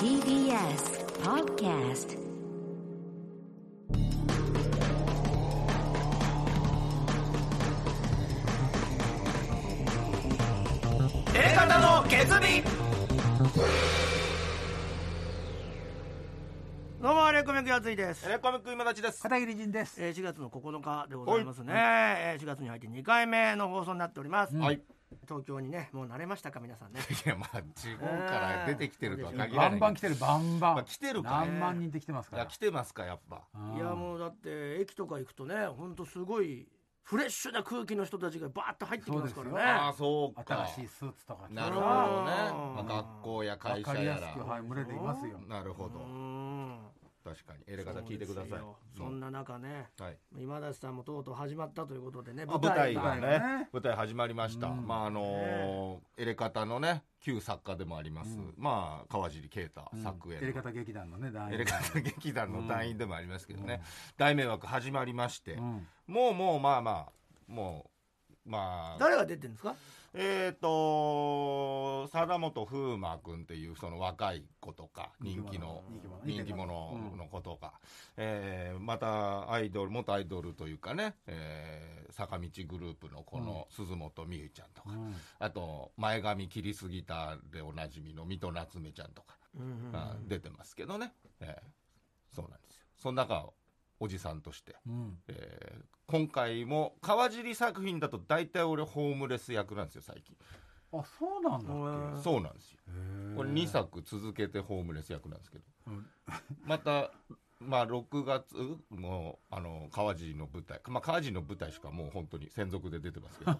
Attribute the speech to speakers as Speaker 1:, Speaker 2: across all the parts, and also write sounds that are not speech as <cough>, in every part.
Speaker 1: TBS Podcast
Speaker 2: 方の決意
Speaker 3: どうもレコメクやついです
Speaker 2: エ。レコミック今立ちです
Speaker 4: 片桐仁です。
Speaker 3: えー、4月の9日でございますね。えー、4月に入って2回目の放送になっております。
Speaker 2: はい
Speaker 3: 東京にね、もう慣れましたか皆さんね。
Speaker 2: いやまあ地方から出てきてるとは限
Speaker 4: バ
Speaker 2: らない
Speaker 4: ンバン来てる、バンバン。
Speaker 2: まあ来てるからね
Speaker 4: 何万人って来てます
Speaker 2: い
Speaker 4: か
Speaker 2: や
Speaker 4: ら
Speaker 2: 来。てますかやっぱ
Speaker 4: うん
Speaker 3: いやもうだって駅とか行くとね、ほんとすごいフレッシュな空気の人たちがバーッと入ってきますか
Speaker 4: そうです
Speaker 2: あ
Speaker 3: ら
Speaker 2: あ
Speaker 3: ね。
Speaker 2: そうか
Speaker 4: 新しいスーツとか着て
Speaker 2: なるほどねまあ学校や
Speaker 4: わ
Speaker 2: 会
Speaker 4: か
Speaker 2: 社
Speaker 4: り
Speaker 2: や
Speaker 4: やすく、
Speaker 2: ら
Speaker 4: はい、群れていますよ。
Speaker 2: なるほど
Speaker 3: うん。
Speaker 2: 確かにエレ方聞いてください
Speaker 3: そうですよそんな中ね、
Speaker 2: うんはい
Speaker 3: 今田さんもとうとう始まったということでね、
Speaker 2: あ舞台が
Speaker 4: 舞台が
Speaker 2: ね
Speaker 4: ね
Speaker 2: 舞台始まりました
Speaker 4: うん
Speaker 2: まああのーエレ方のね旧作家でもあります
Speaker 4: うん
Speaker 2: まあ川尻啓太作
Speaker 4: うん
Speaker 2: 演
Speaker 4: エレ
Speaker 2: の
Speaker 4: カタ劇団のね、団員
Speaker 2: エレ方劇団の団員でもありますけど
Speaker 4: う
Speaker 2: ね
Speaker 4: ん
Speaker 2: 大迷惑始まりまして
Speaker 4: うん
Speaker 2: もうもうまあまあもうまあ
Speaker 3: 誰が出てるんですか
Speaker 2: えっ、と貞本風磨君っていうその若い子とか人気の人
Speaker 4: 人
Speaker 2: 気
Speaker 4: 気
Speaker 2: 者
Speaker 4: 者
Speaker 2: の子とか、えーまたアイドル元アイドルというかね、えー坂道グループのこの鈴本美優ちゃんとか、
Speaker 4: うん
Speaker 2: あと前髪切りすぎたでおなじみの水戸夏目ちゃんとか、
Speaker 3: うんうんうん
Speaker 2: あ出てますけどね、えーそうなんですよその中おじさんとして
Speaker 4: うん。
Speaker 2: えー今回も川尻作品だと大体俺ホームレス役なんですよ最近、
Speaker 4: あ、そうなんだ
Speaker 3: うん
Speaker 4: っ
Speaker 2: そうなんですよ
Speaker 4: け。へえ
Speaker 2: これ2。作続けてホームレス役なんですけど
Speaker 4: うん
Speaker 2: またまあ6月もうあの川尻の舞台まあ川尻の舞台しかもう本当に専属で出てますけど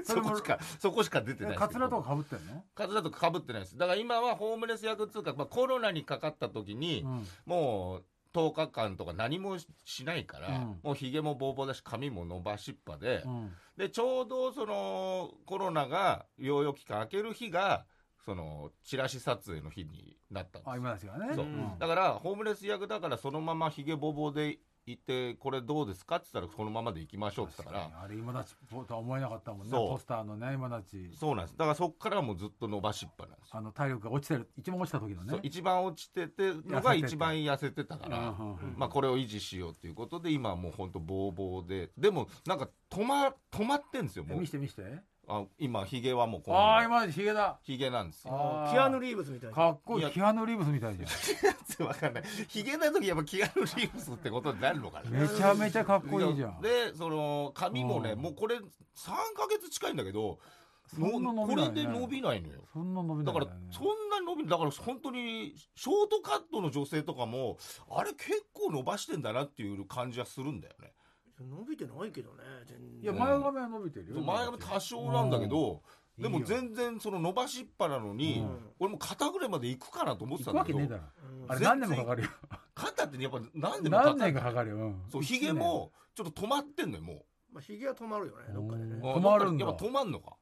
Speaker 2: <laughs>
Speaker 4: そ
Speaker 2: そ
Speaker 4: れも
Speaker 2: こしかそこしか出てないで
Speaker 4: え
Speaker 2: す
Speaker 4: カ
Speaker 2: け
Speaker 4: ツ
Speaker 2: ど
Speaker 4: ラとか被ってんの。
Speaker 2: カツラとかぶってないですだから今はホームレス役っつうか、まあ、コロナにかかった時に、
Speaker 4: うん
Speaker 2: もう10日間とか何もしないから、
Speaker 4: うん
Speaker 2: もうひげもボーボーだし髪も伸ばしっぱで、
Speaker 4: うん。
Speaker 2: でちょうどそのコロナが療養期間明ける日がそのチラシ撮影の日になったんです
Speaker 4: あ、
Speaker 2: よ
Speaker 4: 今ですよね。
Speaker 2: そう
Speaker 4: うん
Speaker 2: だからホームレス役だからそのままひげぼぼで行ってこれどうですかって言ったらこのままで行きましょうって言っ
Speaker 4: 確
Speaker 2: たから
Speaker 4: かにあれ、今立ちとは思えなかったもんね。
Speaker 2: そう
Speaker 4: ポスターのね、今立ち。
Speaker 2: そうなんですだからそっからもうずっと伸ばしっぱなんですよ
Speaker 4: あの体力が落ちてる、一番落ちた時の
Speaker 2: そう
Speaker 4: ね。
Speaker 2: 一番落ちててのが一番痩せてたから
Speaker 4: うんうんうん
Speaker 2: まあこれを維持しようということで今はもうほんとぼうぼうででもなんか止ま止まってんですよ
Speaker 4: え
Speaker 2: もう
Speaker 4: 見して見して。
Speaker 2: あ今ひげはもうこ
Speaker 4: ああ、
Speaker 2: の
Speaker 4: 今立ちヒゲだ。
Speaker 2: ひげなんですよ
Speaker 4: あー
Speaker 3: キアヌ・リーブスみたいな。
Speaker 4: かっこ
Speaker 2: い
Speaker 4: い
Speaker 2: や
Speaker 4: いキアヌ・リーブスみたいじ
Speaker 2: わかんない。ヒゲない時やっぱキアヌ・リーブスってことになるのか <laughs>
Speaker 4: ゃん
Speaker 2: な。
Speaker 4: めちゃめちゃかっこいいじゃん
Speaker 2: で、その、髪もね、
Speaker 4: うん
Speaker 2: もうこれ3ヶ月近いんだけど、
Speaker 4: そんな伸びないね
Speaker 2: これで伸びないのよ。
Speaker 4: そんな伸びな
Speaker 2: だ
Speaker 4: い
Speaker 2: か
Speaker 4: よ
Speaker 2: ら
Speaker 4: ね、
Speaker 2: そんなに伸びない。だから本当に、ショートカットの女性とかも、あれ結構伸ばしてんだなっていう感じはするんだよね。
Speaker 3: 伸びてないけどね、全
Speaker 4: いや
Speaker 3: 然。
Speaker 4: 前髪は伸びてるよ
Speaker 2: 前髪多少なんだけど、
Speaker 4: うん
Speaker 2: でも
Speaker 4: いいよ
Speaker 2: 全然その伸ばしっぱなのに、
Speaker 3: うん
Speaker 2: 俺も肩ぐらいまで行くかなと思って
Speaker 4: 行
Speaker 2: たんだ
Speaker 4: くわ
Speaker 2: け
Speaker 4: け
Speaker 2: ど
Speaker 4: ねえだろ
Speaker 3: うん
Speaker 4: あれ何年もかかるよ
Speaker 2: 肩ってやっぱ何でもか
Speaker 4: 何
Speaker 2: か
Speaker 4: 年
Speaker 2: る
Speaker 4: かかるようん
Speaker 2: そうひげもちょっと止まってんのよもう
Speaker 3: まあ、ひげは止まるよね、どっかでね
Speaker 4: う。ん
Speaker 2: あ
Speaker 4: 止まるんだ
Speaker 2: やっぱ止まんのか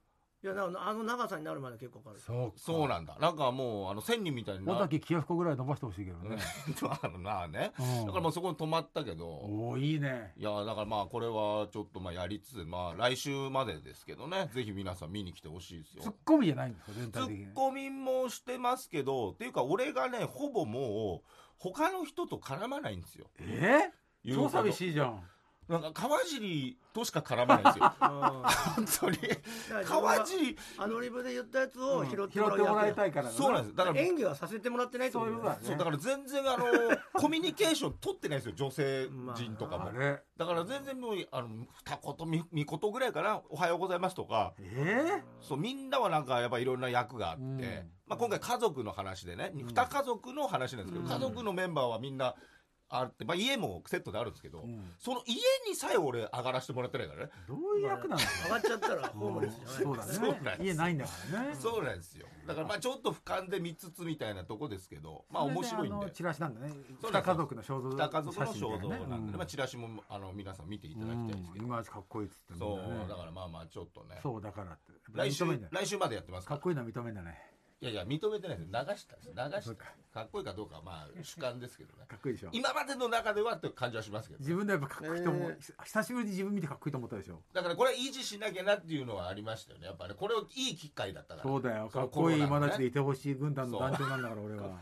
Speaker 3: いや、だからあの長さになるまで結構かかる。
Speaker 4: そう
Speaker 2: そうなんだなんかもうあの千人みたいにな
Speaker 4: 尾崎清彦ぐらい伸ばしてほしいけどね
Speaker 2: あ <laughs> のなあね
Speaker 4: うん
Speaker 2: だからまあそこに止まったけど
Speaker 4: おおいいね
Speaker 2: いやだからまあこれはちょっとまあやりつつまあ来週までですけどねぜひ皆さん見に来てほしいです
Speaker 4: ツッ
Speaker 2: よ
Speaker 4: コミじゃないんですか全
Speaker 2: ツ
Speaker 4: 体的に
Speaker 2: ッコミもしてますけどっていうか俺がねほぼもう他の人と絡まないんですよ
Speaker 4: えー
Speaker 2: 言うほ
Speaker 4: 超
Speaker 2: ど
Speaker 4: 寂しいじゃん
Speaker 2: なんか川尻としか絡まないんです
Speaker 4: <laughs>
Speaker 2: よ本当に <laughs> 川
Speaker 3: 川
Speaker 2: 尻
Speaker 3: アドリブで言ったやつを
Speaker 4: うん
Speaker 3: 拾
Speaker 4: 拾
Speaker 3: っ
Speaker 4: ってて
Speaker 3: も
Speaker 4: も
Speaker 3: らうやつ
Speaker 4: らいたいから
Speaker 2: そうなん
Speaker 4: で
Speaker 2: ですだから
Speaker 3: 演技はさせてもらってないってことだよね
Speaker 4: そうい
Speaker 2: そ
Speaker 4: うこと
Speaker 2: うだから全然
Speaker 4: <laughs>
Speaker 2: あのコミュニケーション取ってないんですよ女性陣とかも、
Speaker 4: あれ
Speaker 2: だから全然もうあの二言三三言ぐらいかな「おはようございます」とか
Speaker 4: え
Speaker 2: そうみんなはなんかやっぱいろんな役があって、
Speaker 4: うん
Speaker 2: まあ、今回家族の話でね、二2家族の話なんですけど、
Speaker 4: うん
Speaker 2: 家族のメンバーはみんなあって、まあ、家もセットであるんですけど、
Speaker 4: うん
Speaker 2: その家にさえ俺上がらせてもらってないからね、
Speaker 4: どういう役なんです
Speaker 3: 上
Speaker 4: か
Speaker 3: がっちゃったらホームレスじゃ
Speaker 4: そ
Speaker 3: な
Speaker 4: う
Speaker 3: い
Speaker 4: だ
Speaker 2: そうなんです
Speaker 4: ね家ないんだからね
Speaker 2: そうなんですよだからまあちょっと俯瞰で見つつみたいなとこですけどまあ面白いん
Speaker 4: それあ
Speaker 2: で
Speaker 4: のチラシなんだね
Speaker 2: そう
Speaker 4: 二家族の肖像
Speaker 2: 二家族の肖像
Speaker 4: 写真みたい
Speaker 2: な
Speaker 4: ね
Speaker 2: んで、
Speaker 4: う
Speaker 2: まあ、チラシもあの皆さん見ていただきたいですけど、
Speaker 4: うん今かっこいいっつって
Speaker 2: そ
Speaker 4: みんなね
Speaker 2: うだからまあまあちょっとね
Speaker 4: そうだからって
Speaker 2: 来週
Speaker 4: 認めんだよ
Speaker 2: 来週までやってますか
Speaker 4: からっこいいのは認めんだね
Speaker 2: いやいや、認めてないです。流したんです。流
Speaker 4: そう
Speaker 2: し
Speaker 4: か
Speaker 2: た。かっこいいかどうかは、まあ、主観ですけどね。
Speaker 4: かっこいいでしょ
Speaker 2: 今までの中ではという感じはしますけど。
Speaker 4: 自分でやっぱかっこいいと思う、
Speaker 3: えー
Speaker 4: ひ久しぶりに自分見てかっこいいと思ったでしょ
Speaker 2: だからこれは維持しなきゃなっていうのはありましたよね。やっぱりこれをいい機会だったから。
Speaker 4: そうだよ
Speaker 2: そ
Speaker 4: か
Speaker 2: の
Speaker 4: っこいい
Speaker 2: コロナ
Speaker 4: 今
Speaker 2: のね
Speaker 4: たちでいてほしい軍団の団長なんだから俺は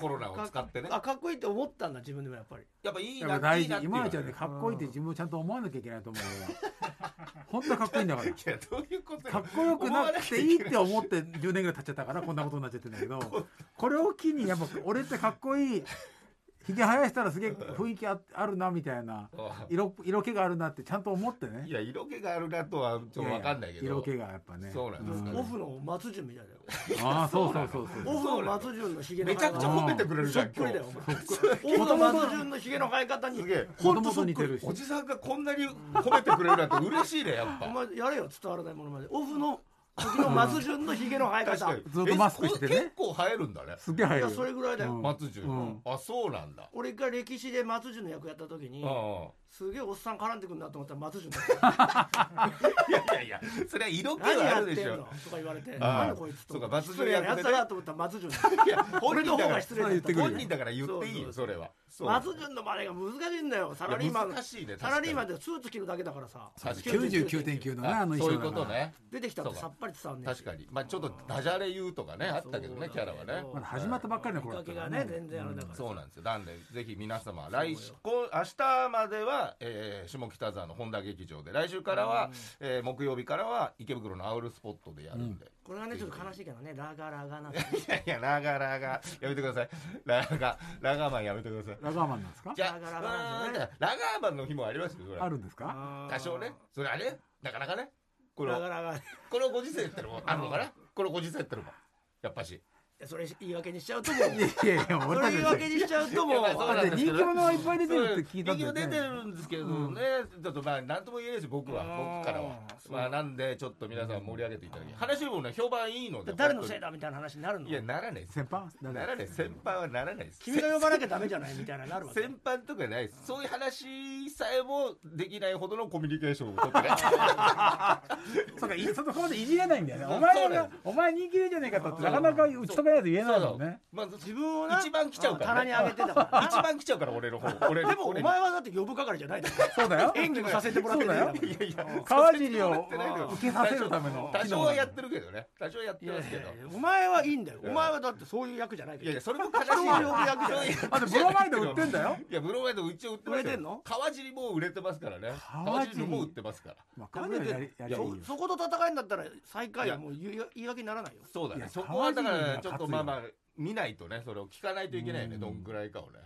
Speaker 2: コロナを使ってね。
Speaker 3: あかっこいいって思ったんだ自分でもやっぱり
Speaker 2: やっぱいい
Speaker 4: やっぱ
Speaker 2: な、い
Speaker 4: 大
Speaker 2: いなって
Speaker 4: 事
Speaker 2: いうの
Speaker 4: 今
Speaker 2: は
Speaker 4: たちはねかっこいいって自分をちゃんと思わなきゃいけない
Speaker 2: <laughs>
Speaker 4: と思う俺は本当はかっこいいんだから
Speaker 2: いや、どういうことよ
Speaker 4: かっこよくなくていいって思って10年ぐらい経っちゃったからこんなことになっちゃってんだけど
Speaker 2: <laughs>
Speaker 4: これを機にやっぱ俺ってかっこいいひげ生やしたらすげえ雰囲気ああるなみたいな色色気があるなってちゃんと思ってね
Speaker 2: いや、色気があるなとは、ちょっとわかんないけど。
Speaker 4: やや色気がやっぱね
Speaker 2: そうなんですかね
Speaker 3: オフの松潤みたいだよ
Speaker 4: ああそうそうそうそう
Speaker 3: オフの松潤のヒゲの
Speaker 2: めちゃくちゃ褒めてくれるじゃん、
Speaker 3: そ
Speaker 2: 今日
Speaker 3: っくりだよ。お
Speaker 2: <laughs>
Speaker 3: 前オフの松潤のヒゲの生え方に
Speaker 2: すげえ。
Speaker 4: もともと似てるし
Speaker 2: おじさんがこんなに褒めてくれるなんて嬉しいね、やっ
Speaker 3: お
Speaker 2: ぱ。
Speaker 3: 前やれよ伝わらないものまでオフの時の松潤のヒゲの生え
Speaker 2: 確
Speaker 3: 方
Speaker 2: かに。
Speaker 4: ずっとマスクしてね
Speaker 2: え結構生えるんだね。
Speaker 4: すげえ
Speaker 3: い
Speaker 4: 入
Speaker 3: や
Speaker 4: る
Speaker 3: それぐらいだよ、
Speaker 4: うん
Speaker 2: 松潤、
Speaker 4: うん
Speaker 2: あ、そうなんだ。
Speaker 3: 俺が歴史で松潤の役やった時に
Speaker 2: うんうん
Speaker 3: すげえおっさん絡んでくるなと思ったら松潤だった
Speaker 2: いやいやいや、それは色気 <laughs>
Speaker 3: 何
Speaker 2: はあ
Speaker 3: やっ
Speaker 2: る
Speaker 3: てん
Speaker 2: でしょ
Speaker 3: の。とか言われて
Speaker 2: ああ
Speaker 3: 何だこいつと
Speaker 2: そうか松
Speaker 3: 失
Speaker 2: 潤
Speaker 3: 礼
Speaker 2: 役
Speaker 3: なや
Speaker 2: で
Speaker 3: つ
Speaker 2: ね
Speaker 3: だなと思ったら松潤
Speaker 2: いや、本
Speaker 3: 俺
Speaker 2: 人
Speaker 3: の
Speaker 2: だ
Speaker 3: 方
Speaker 2: か
Speaker 3: が
Speaker 2: ら、
Speaker 3: 失礼だっ
Speaker 4: 言って
Speaker 3: た
Speaker 4: くれ
Speaker 2: 本人だから言っていいよ、それは。 <laughs> そう
Speaker 3: 松潤の真似が難しいんだよサラリーマ
Speaker 2: いや
Speaker 3: ン
Speaker 2: 難しいね
Speaker 3: サラリーマンでスーツ着るだけだからさ
Speaker 2: 確かに
Speaker 4: 99.9のねあの
Speaker 2: そうい
Speaker 4: 衣
Speaker 2: う
Speaker 4: 装
Speaker 2: こ
Speaker 4: だか
Speaker 2: と
Speaker 4: ら
Speaker 2: ね。
Speaker 3: 出てきた
Speaker 2: そ
Speaker 3: ら
Speaker 2: うか
Speaker 3: さっぱり伝わんねえし
Speaker 2: 確かに。まあちょっとダジャレ言うとかね、あったけどね、キャラはね。
Speaker 4: まだ始まったばっかりの頃
Speaker 3: 声
Speaker 4: だ
Speaker 3: かけ
Speaker 4: ったか
Speaker 3: が
Speaker 4: ら
Speaker 3: ね
Speaker 4: ね
Speaker 3: 全然あれだから
Speaker 2: そうなんですよ。なんで、ぜひ皆様、来週、こ明日までは、えー下北沢の本田劇場で、来週からは、えー木曜日からは池袋のアウルスポットでやるんで。
Speaker 3: これはねちょっと悲しいけどねラガラ
Speaker 2: <laughs>
Speaker 3: ガなんて
Speaker 2: いやいや、ラガラガ、やめてください。ラガ、ラガマンやめてください。
Speaker 4: ラガーマンなんですか
Speaker 2: じゃあ、
Speaker 3: ラガラガなんじゃない
Speaker 2: うんラガーマンの日もありますよ、それ
Speaker 4: あるんですか
Speaker 2: 多少ね。それあれなかなかね。この
Speaker 3: ラガラガい
Speaker 2: このご時世ってのもあるのかなこのご時世ってのも。やっぱし。
Speaker 3: やそれ言い訳にしちゃうともう
Speaker 4: いやいや
Speaker 3: そ
Speaker 4: 俺
Speaker 3: れ
Speaker 4: た
Speaker 3: 言い
Speaker 4: ち
Speaker 3: 訳にしちゃうともう
Speaker 2: いやまあそうなんですけど
Speaker 4: だって人気者はいっぱい出てるって聞いたんだよね
Speaker 2: 人気者出てるんですけどね、ちょっとまあ何とも言えないです僕は
Speaker 3: うん
Speaker 2: 僕からはまあなんでちょっと皆さん盛り上げていただき話もね評判いいので
Speaker 3: 誰のせい
Speaker 2: だ
Speaker 3: だみたいな話になるの
Speaker 2: いやならないです
Speaker 4: 先輩だ
Speaker 2: ならない先輩はならないです
Speaker 3: 君が呼ばなきゃダメじゃないみたいななるわ
Speaker 2: せ
Speaker 3: け
Speaker 2: 先輩とかないですそういう話さえもできないほどのコミュニケーションを取
Speaker 4: <laughs>
Speaker 2: ってない
Speaker 4: そうか、いそこまでいじれないんだよね。
Speaker 2: そう
Speaker 4: お前
Speaker 2: そうだ
Speaker 4: が
Speaker 2: よ、
Speaker 4: お前人気出るじゃねえかと、なかなか打ち解けないと言えな
Speaker 2: そ
Speaker 4: いも
Speaker 2: うんそう
Speaker 4: ね。
Speaker 2: まあ
Speaker 3: 自分をな
Speaker 2: 一番来ちゃうから
Speaker 3: 棚
Speaker 2: ね
Speaker 3: に上げてたからな
Speaker 2: 一番来ちゃうから俺の方俺
Speaker 3: でもお
Speaker 2: 俺に
Speaker 3: 前はだって呼ぶ係じゃないだ
Speaker 2: <laughs>
Speaker 3: ろ
Speaker 4: そうだよ。
Speaker 3: 演技もさせてもらってるんだよ
Speaker 4: そうだよ
Speaker 2: いやいや
Speaker 4: 川尻
Speaker 2: や
Speaker 4: を
Speaker 2: ってないのよ
Speaker 4: 受けさせるための。
Speaker 2: 多少はやってるけどね多少はやってますけど
Speaker 3: いやいやお前はいいんだよお前はだってそういう役じゃない
Speaker 2: いやい
Speaker 3: け
Speaker 2: や
Speaker 3: ど
Speaker 2: それも悲しい
Speaker 3: 人を呼ぶ役じゃない
Speaker 4: あと、ブロマイド売ってんだよ。
Speaker 2: いや、ブロマイドうちは売ってますよ
Speaker 3: 売れてんの
Speaker 2: 川尻もう売れてますからね。川
Speaker 4: 川尻
Speaker 2: 尻もう売ってますから。
Speaker 4: まあ、これぐらいやり、やりゃいいよ
Speaker 3: そ。そこと戦いんだったら最下位はもう言い言い訳にならないよ
Speaker 2: そうだ
Speaker 4: い
Speaker 2: ね。
Speaker 4: や
Speaker 2: そこはだから、
Speaker 4: 川尻には
Speaker 2: ちょっと
Speaker 4: 勝つよ
Speaker 2: まあまあ、見ないとね、それを聞かないといけないよね、
Speaker 4: うん
Speaker 2: どんぐらいかをね。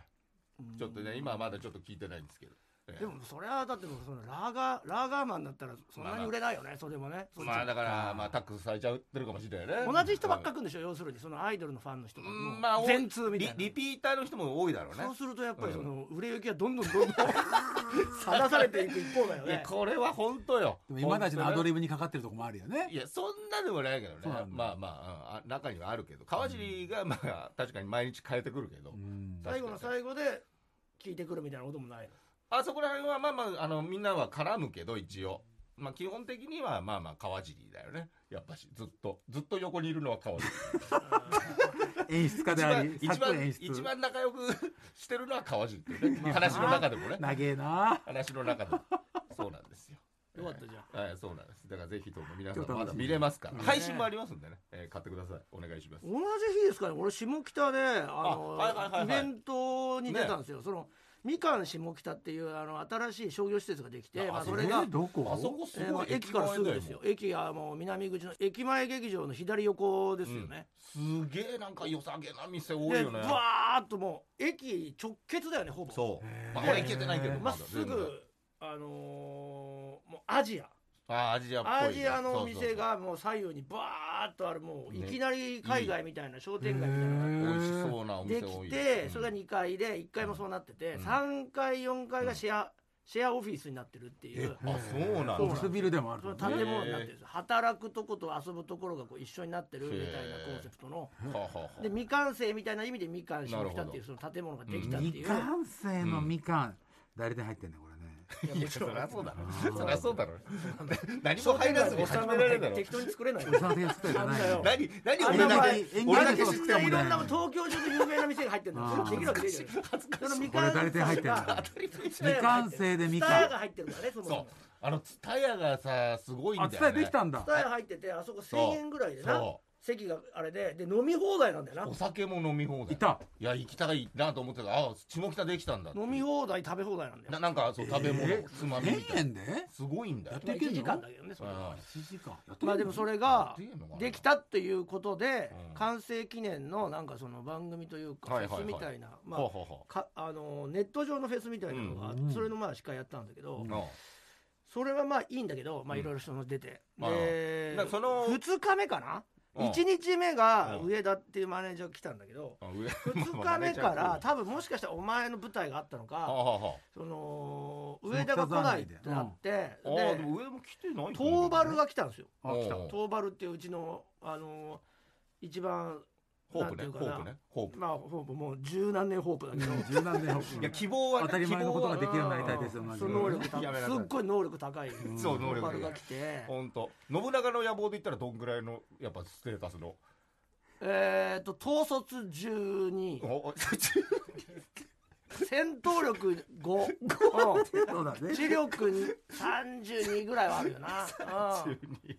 Speaker 2: ちょっとね、今はまだちょっと聞いてないんですけど。ええ
Speaker 3: でもそれはだってもうそのラーガーラーガーマンだったらそんなに売れないよねそれもね
Speaker 2: まあだから、まあタックスされちゃってるかもしれないよね。
Speaker 3: 同じ人ばっか来るんでしょ要するにそのアイドルのファンの人
Speaker 2: う
Speaker 3: が
Speaker 2: ん。まあ、
Speaker 3: もう全通みたい
Speaker 2: リリ
Speaker 3: な
Speaker 2: ピーターの人も多いだろうね
Speaker 3: そう。するとやっぱりその売れ行きはどんど
Speaker 2: <laughs>
Speaker 3: んどんどん晒されていく一方だよ
Speaker 2: いや、
Speaker 3: ね
Speaker 2: これは本当よ。
Speaker 4: でも、今たちのアド
Speaker 2: リ
Speaker 4: リブにかかってるとこもあるよね。
Speaker 2: <laughs> いや、そんなでもないけどね
Speaker 4: そうなん。だ
Speaker 2: まあまあ、うんあ中にはあるけど。川尻が、まあ、確かに毎日変えてくるけど
Speaker 4: う。ん
Speaker 3: 最後の最後で聞いてくるみたいなこともないの
Speaker 2: あそこら辺はまあまあ、あの、みんなは絡むけど、一応。まあ基本的にはまあまあ川尻だよね。やっぱし、ずっと、ずっと横にいるのは川尻。
Speaker 4: 演出家
Speaker 2: 一
Speaker 4: <laughs> であ
Speaker 2: 番
Speaker 4: り、、
Speaker 2: 一
Speaker 4: 作演
Speaker 2: 番、
Speaker 4: 出。
Speaker 2: 一番仲良く <laughs> してるのは川尻っていうね。話の中でもね。
Speaker 4: 長えな。
Speaker 2: 話の中でも。そうなんですよ。
Speaker 3: よかったじゃん
Speaker 2: はい、そうなんです。だからぜひとも皆さん
Speaker 4: 今日
Speaker 2: ま
Speaker 4: 楽
Speaker 2: だ
Speaker 4: しみ
Speaker 2: 見れますから。
Speaker 4: うん
Speaker 2: 配信もありますんでね。えー買ってください。お願いします
Speaker 3: 同。じ日ですかね俺下北であの
Speaker 2: はいはいはいはい
Speaker 3: イベントに出たんですよ、そのみかん下北っていうあの新しい商業施設ができて
Speaker 2: あ
Speaker 3: まあ、
Speaker 2: あ
Speaker 3: そ
Speaker 2: そ
Speaker 3: れが
Speaker 4: え、どこ
Speaker 2: あそこす
Speaker 3: えー
Speaker 2: ご
Speaker 3: まあ
Speaker 2: い。
Speaker 3: 駅からすぐです
Speaker 2: 駅前だ
Speaker 3: よ。駅はもう南口の駅前劇場の左横ですよね、
Speaker 2: もう。すげえなんか良さげな店多い
Speaker 3: で
Speaker 2: よ
Speaker 3: ブ
Speaker 2: ね。
Speaker 3: ワーっともう駅直結だよねほぼ
Speaker 2: そう。まあ
Speaker 3: で
Speaker 2: 俺行けてないけど。
Speaker 3: まっ
Speaker 2: だ
Speaker 3: すぐあのーもうアジア
Speaker 2: あーアジアっぽいね
Speaker 3: アジアのお
Speaker 2: そうそうそ
Speaker 3: 店
Speaker 2: う
Speaker 3: がもう左右にバーっとあるもうい
Speaker 2: ね
Speaker 3: きなり海外みたいな商店街みたいなのが
Speaker 2: 美味しそうなお
Speaker 3: で
Speaker 2: 店多
Speaker 3: き
Speaker 2: い
Speaker 3: てそれが
Speaker 2: に
Speaker 3: 2階で1階もそうなってて
Speaker 2: うん
Speaker 3: 3階4階がシェアシェアオフィスになってるってい
Speaker 2: え
Speaker 3: う
Speaker 2: あそうなんだ
Speaker 4: オフィスビルでもある
Speaker 3: そ
Speaker 4: と
Speaker 3: の
Speaker 4: こ
Speaker 3: 建
Speaker 4: ね。
Speaker 3: 物になってるんですよ働くとこと遊ぶところがこう一緒になってるみたいなコンセプトの
Speaker 2: はあはあはあ
Speaker 3: で未完成みたいな意味でみかん下
Speaker 2: なる
Speaker 3: 北
Speaker 2: ほ
Speaker 3: っ
Speaker 2: ど
Speaker 3: ていうその建物ができたって
Speaker 4: 未
Speaker 3: いう
Speaker 4: 完成のみかん。誰で入ってんだ、これね。
Speaker 3: いや
Speaker 2: い
Speaker 3: も
Speaker 2: や
Speaker 3: ち
Speaker 2: そ
Speaker 3: ろん
Speaker 2: りゃそうだろ
Speaker 4: あー
Speaker 2: そりゃ
Speaker 3: <laughs>
Speaker 2: そうだろ何も入らずに始められるだろ
Speaker 3: 適当に作れない
Speaker 4: おさん作ったじゃな
Speaker 3: なん
Speaker 4: い
Speaker 3: だよ
Speaker 2: 何何
Speaker 3: あん
Speaker 2: 俺
Speaker 3: な
Speaker 2: だ
Speaker 3: 前
Speaker 2: け
Speaker 4: 演技
Speaker 2: 俺
Speaker 4: だ
Speaker 2: だ
Speaker 4: け
Speaker 2: け
Speaker 4: 知
Speaker 2: 知
Speaker 4: っ
Speaker 2: ってて
Speaker 4: る
Speaker 2: る
Speaker 3: いろんな東京中で有名な店が入ってるんだ
Speaker 4: あ
Speaker 3: よ
Speaker 4: ー
Speaker 3: それできるわけねえじゃないその未
Speaker 4: これ
Speaker 3: 完
Speaker 4: 誰手入ってんの未完成で
Speaker 3: ス
Speaker 4: み
Speaker 3: タヤが
Speaker 4: か
Speaker 3: 入ってるからねそもそ
Speaker 2: そう
Speaker 3: も
Speaker 2: あのツタヤがさすごいん
Speaker 4: あ
Speaker 2: だ
Speaker 4: 伝
Speaker 2: よ
Speaker 4: え
Speaker 2: ね
Speaker 4: できたんだ
Speaker 3: スタヤ入っててあそこ1000円ぐらいでな
Speaker 2: そ
Speaker 3: 席があれでで飲み放題なんだよ
Speaker 2: うお酒も飲み放題
Speaker 4: いた
Speaker 2: いや行きたいなと思ってたあ下北できたんだ
Speaker 3: な飲み放題食べ放題なんだ
Speaker 2: な
Speaker 3: よ
Speaker 2: なんかそう食べ物、
Speaker 4: えー
Speaker 2: つまみみ
Speaker 4: 1000
Speaker 2: たいな
Speaker 4: 円です
Speaker 2: ごいんだよ
Speaker 4: やっていけんの
Speaker 3: 1時間だけどねそれは
Speaker 2: あ
Speaker 4: 1時間やってみる
Speaker 3: まあでもそれが
Speaker 2: やってんのかな
Speaker 3: できたということで
Speaker 2: うん
Speaker 3: 完成記念のなんかその番組というか
Speaker 2: は
Speaker 3: フ
Speaker 2: いはい
Speaker 3: ェ
Speaker 2: は
Speaker 3: ス
Speaker 2: い
Speaker 3: みたいなま
Speaker 2: ほう
Speaker 3: あ
Speaker 2: ほうほ
Speaker 3: かあのネット上のフェスみたいなのがあって
Speaker 4: うん
Speaker 3: それのまあ司会やったんだけど
Speaker 2: う
Speaker 4: うん
Speaker 2: うん
Speaker 3: それはまあいいんだけどまあ
Speaker 2: うん
Speaker 3: いろいろその出て
Speaker 2: ああ
Speaker 3: で
Speaker 2: だからその
Speaker 3: 2日目かな
Speaker 2: うん
Speaker 3: 1日目が
Speaker 2: うん
Speaker 3: 上田っていうマネージャーが来たんだけど
Speaker 2: あ上
Speaker 3: 2
Speaker 2: <laughs> まあ
Speaker 3: 日目か
Speaker 2: まあ
Speaker 3: ら多分もしかしたらお前の舞台があったの
Speaker 2: ああ
Speaker 3: か
Speaker 2: あ
Speaker 3: その
Speaker 4: 下
Speaker 3: 上田が来ないってなって
Speaker 2: あああで
Speaker 3: で
Speaker 2: も上も来てない
Speaker 3: トーバル
Speaker 2: が
Speaker 3: が来たんですよ
Speaker 4: あ来た
Speaker 2: おう
Speaker 3: トーバルっていううちのあの一番
Speaker 2: ホープね
Speaker 3: なん
Speaker 2: ホ
Speaker 3: ていうかな
Speaker 2: ープねホープ
Speaker 3: まあホープもう十何年ホープだけど
Speaker 4: うん柔軟で
Speaker 2: いや希望はね
Speaker 4: 当たり前のことが
Speaker 2: 希
Speaker 4: <laughs> で
Speaker 2: 望は
Speaker 4: きるようになりたいですよ
Speaker 3: うん
Speaker 4: 同じ
Speaker 3: そ
Speaker 4: よう
Speaker 3: の能
Speaker 4: に
Speaker 3: 力高い
Speaker 2: やめな
Speaker 3: す
Speaker 2: さい
Speaker 3: っごい能力高いト
Speaker 2: <laughs>
Speaker 4: ん
Speaker 2: そう能
Speaker 3: ーバル
Speaker 2: 力
Speaker 3: が
Speaker 2: が
Speaker 3: 来て
Speaker 2: 本当信長の野望で言ったらどんぐらいのやっぱステータスの
Speaker 3: えっと統率12
Speaker 2: おお <laughs>
Speaker 3: 戦闘力5
Speaker 4: そうだ
Speaker 3: うん
Speaker 4: ね
Speaker 3: 知力32ぐらいはあるよな
Speaker 2: 急に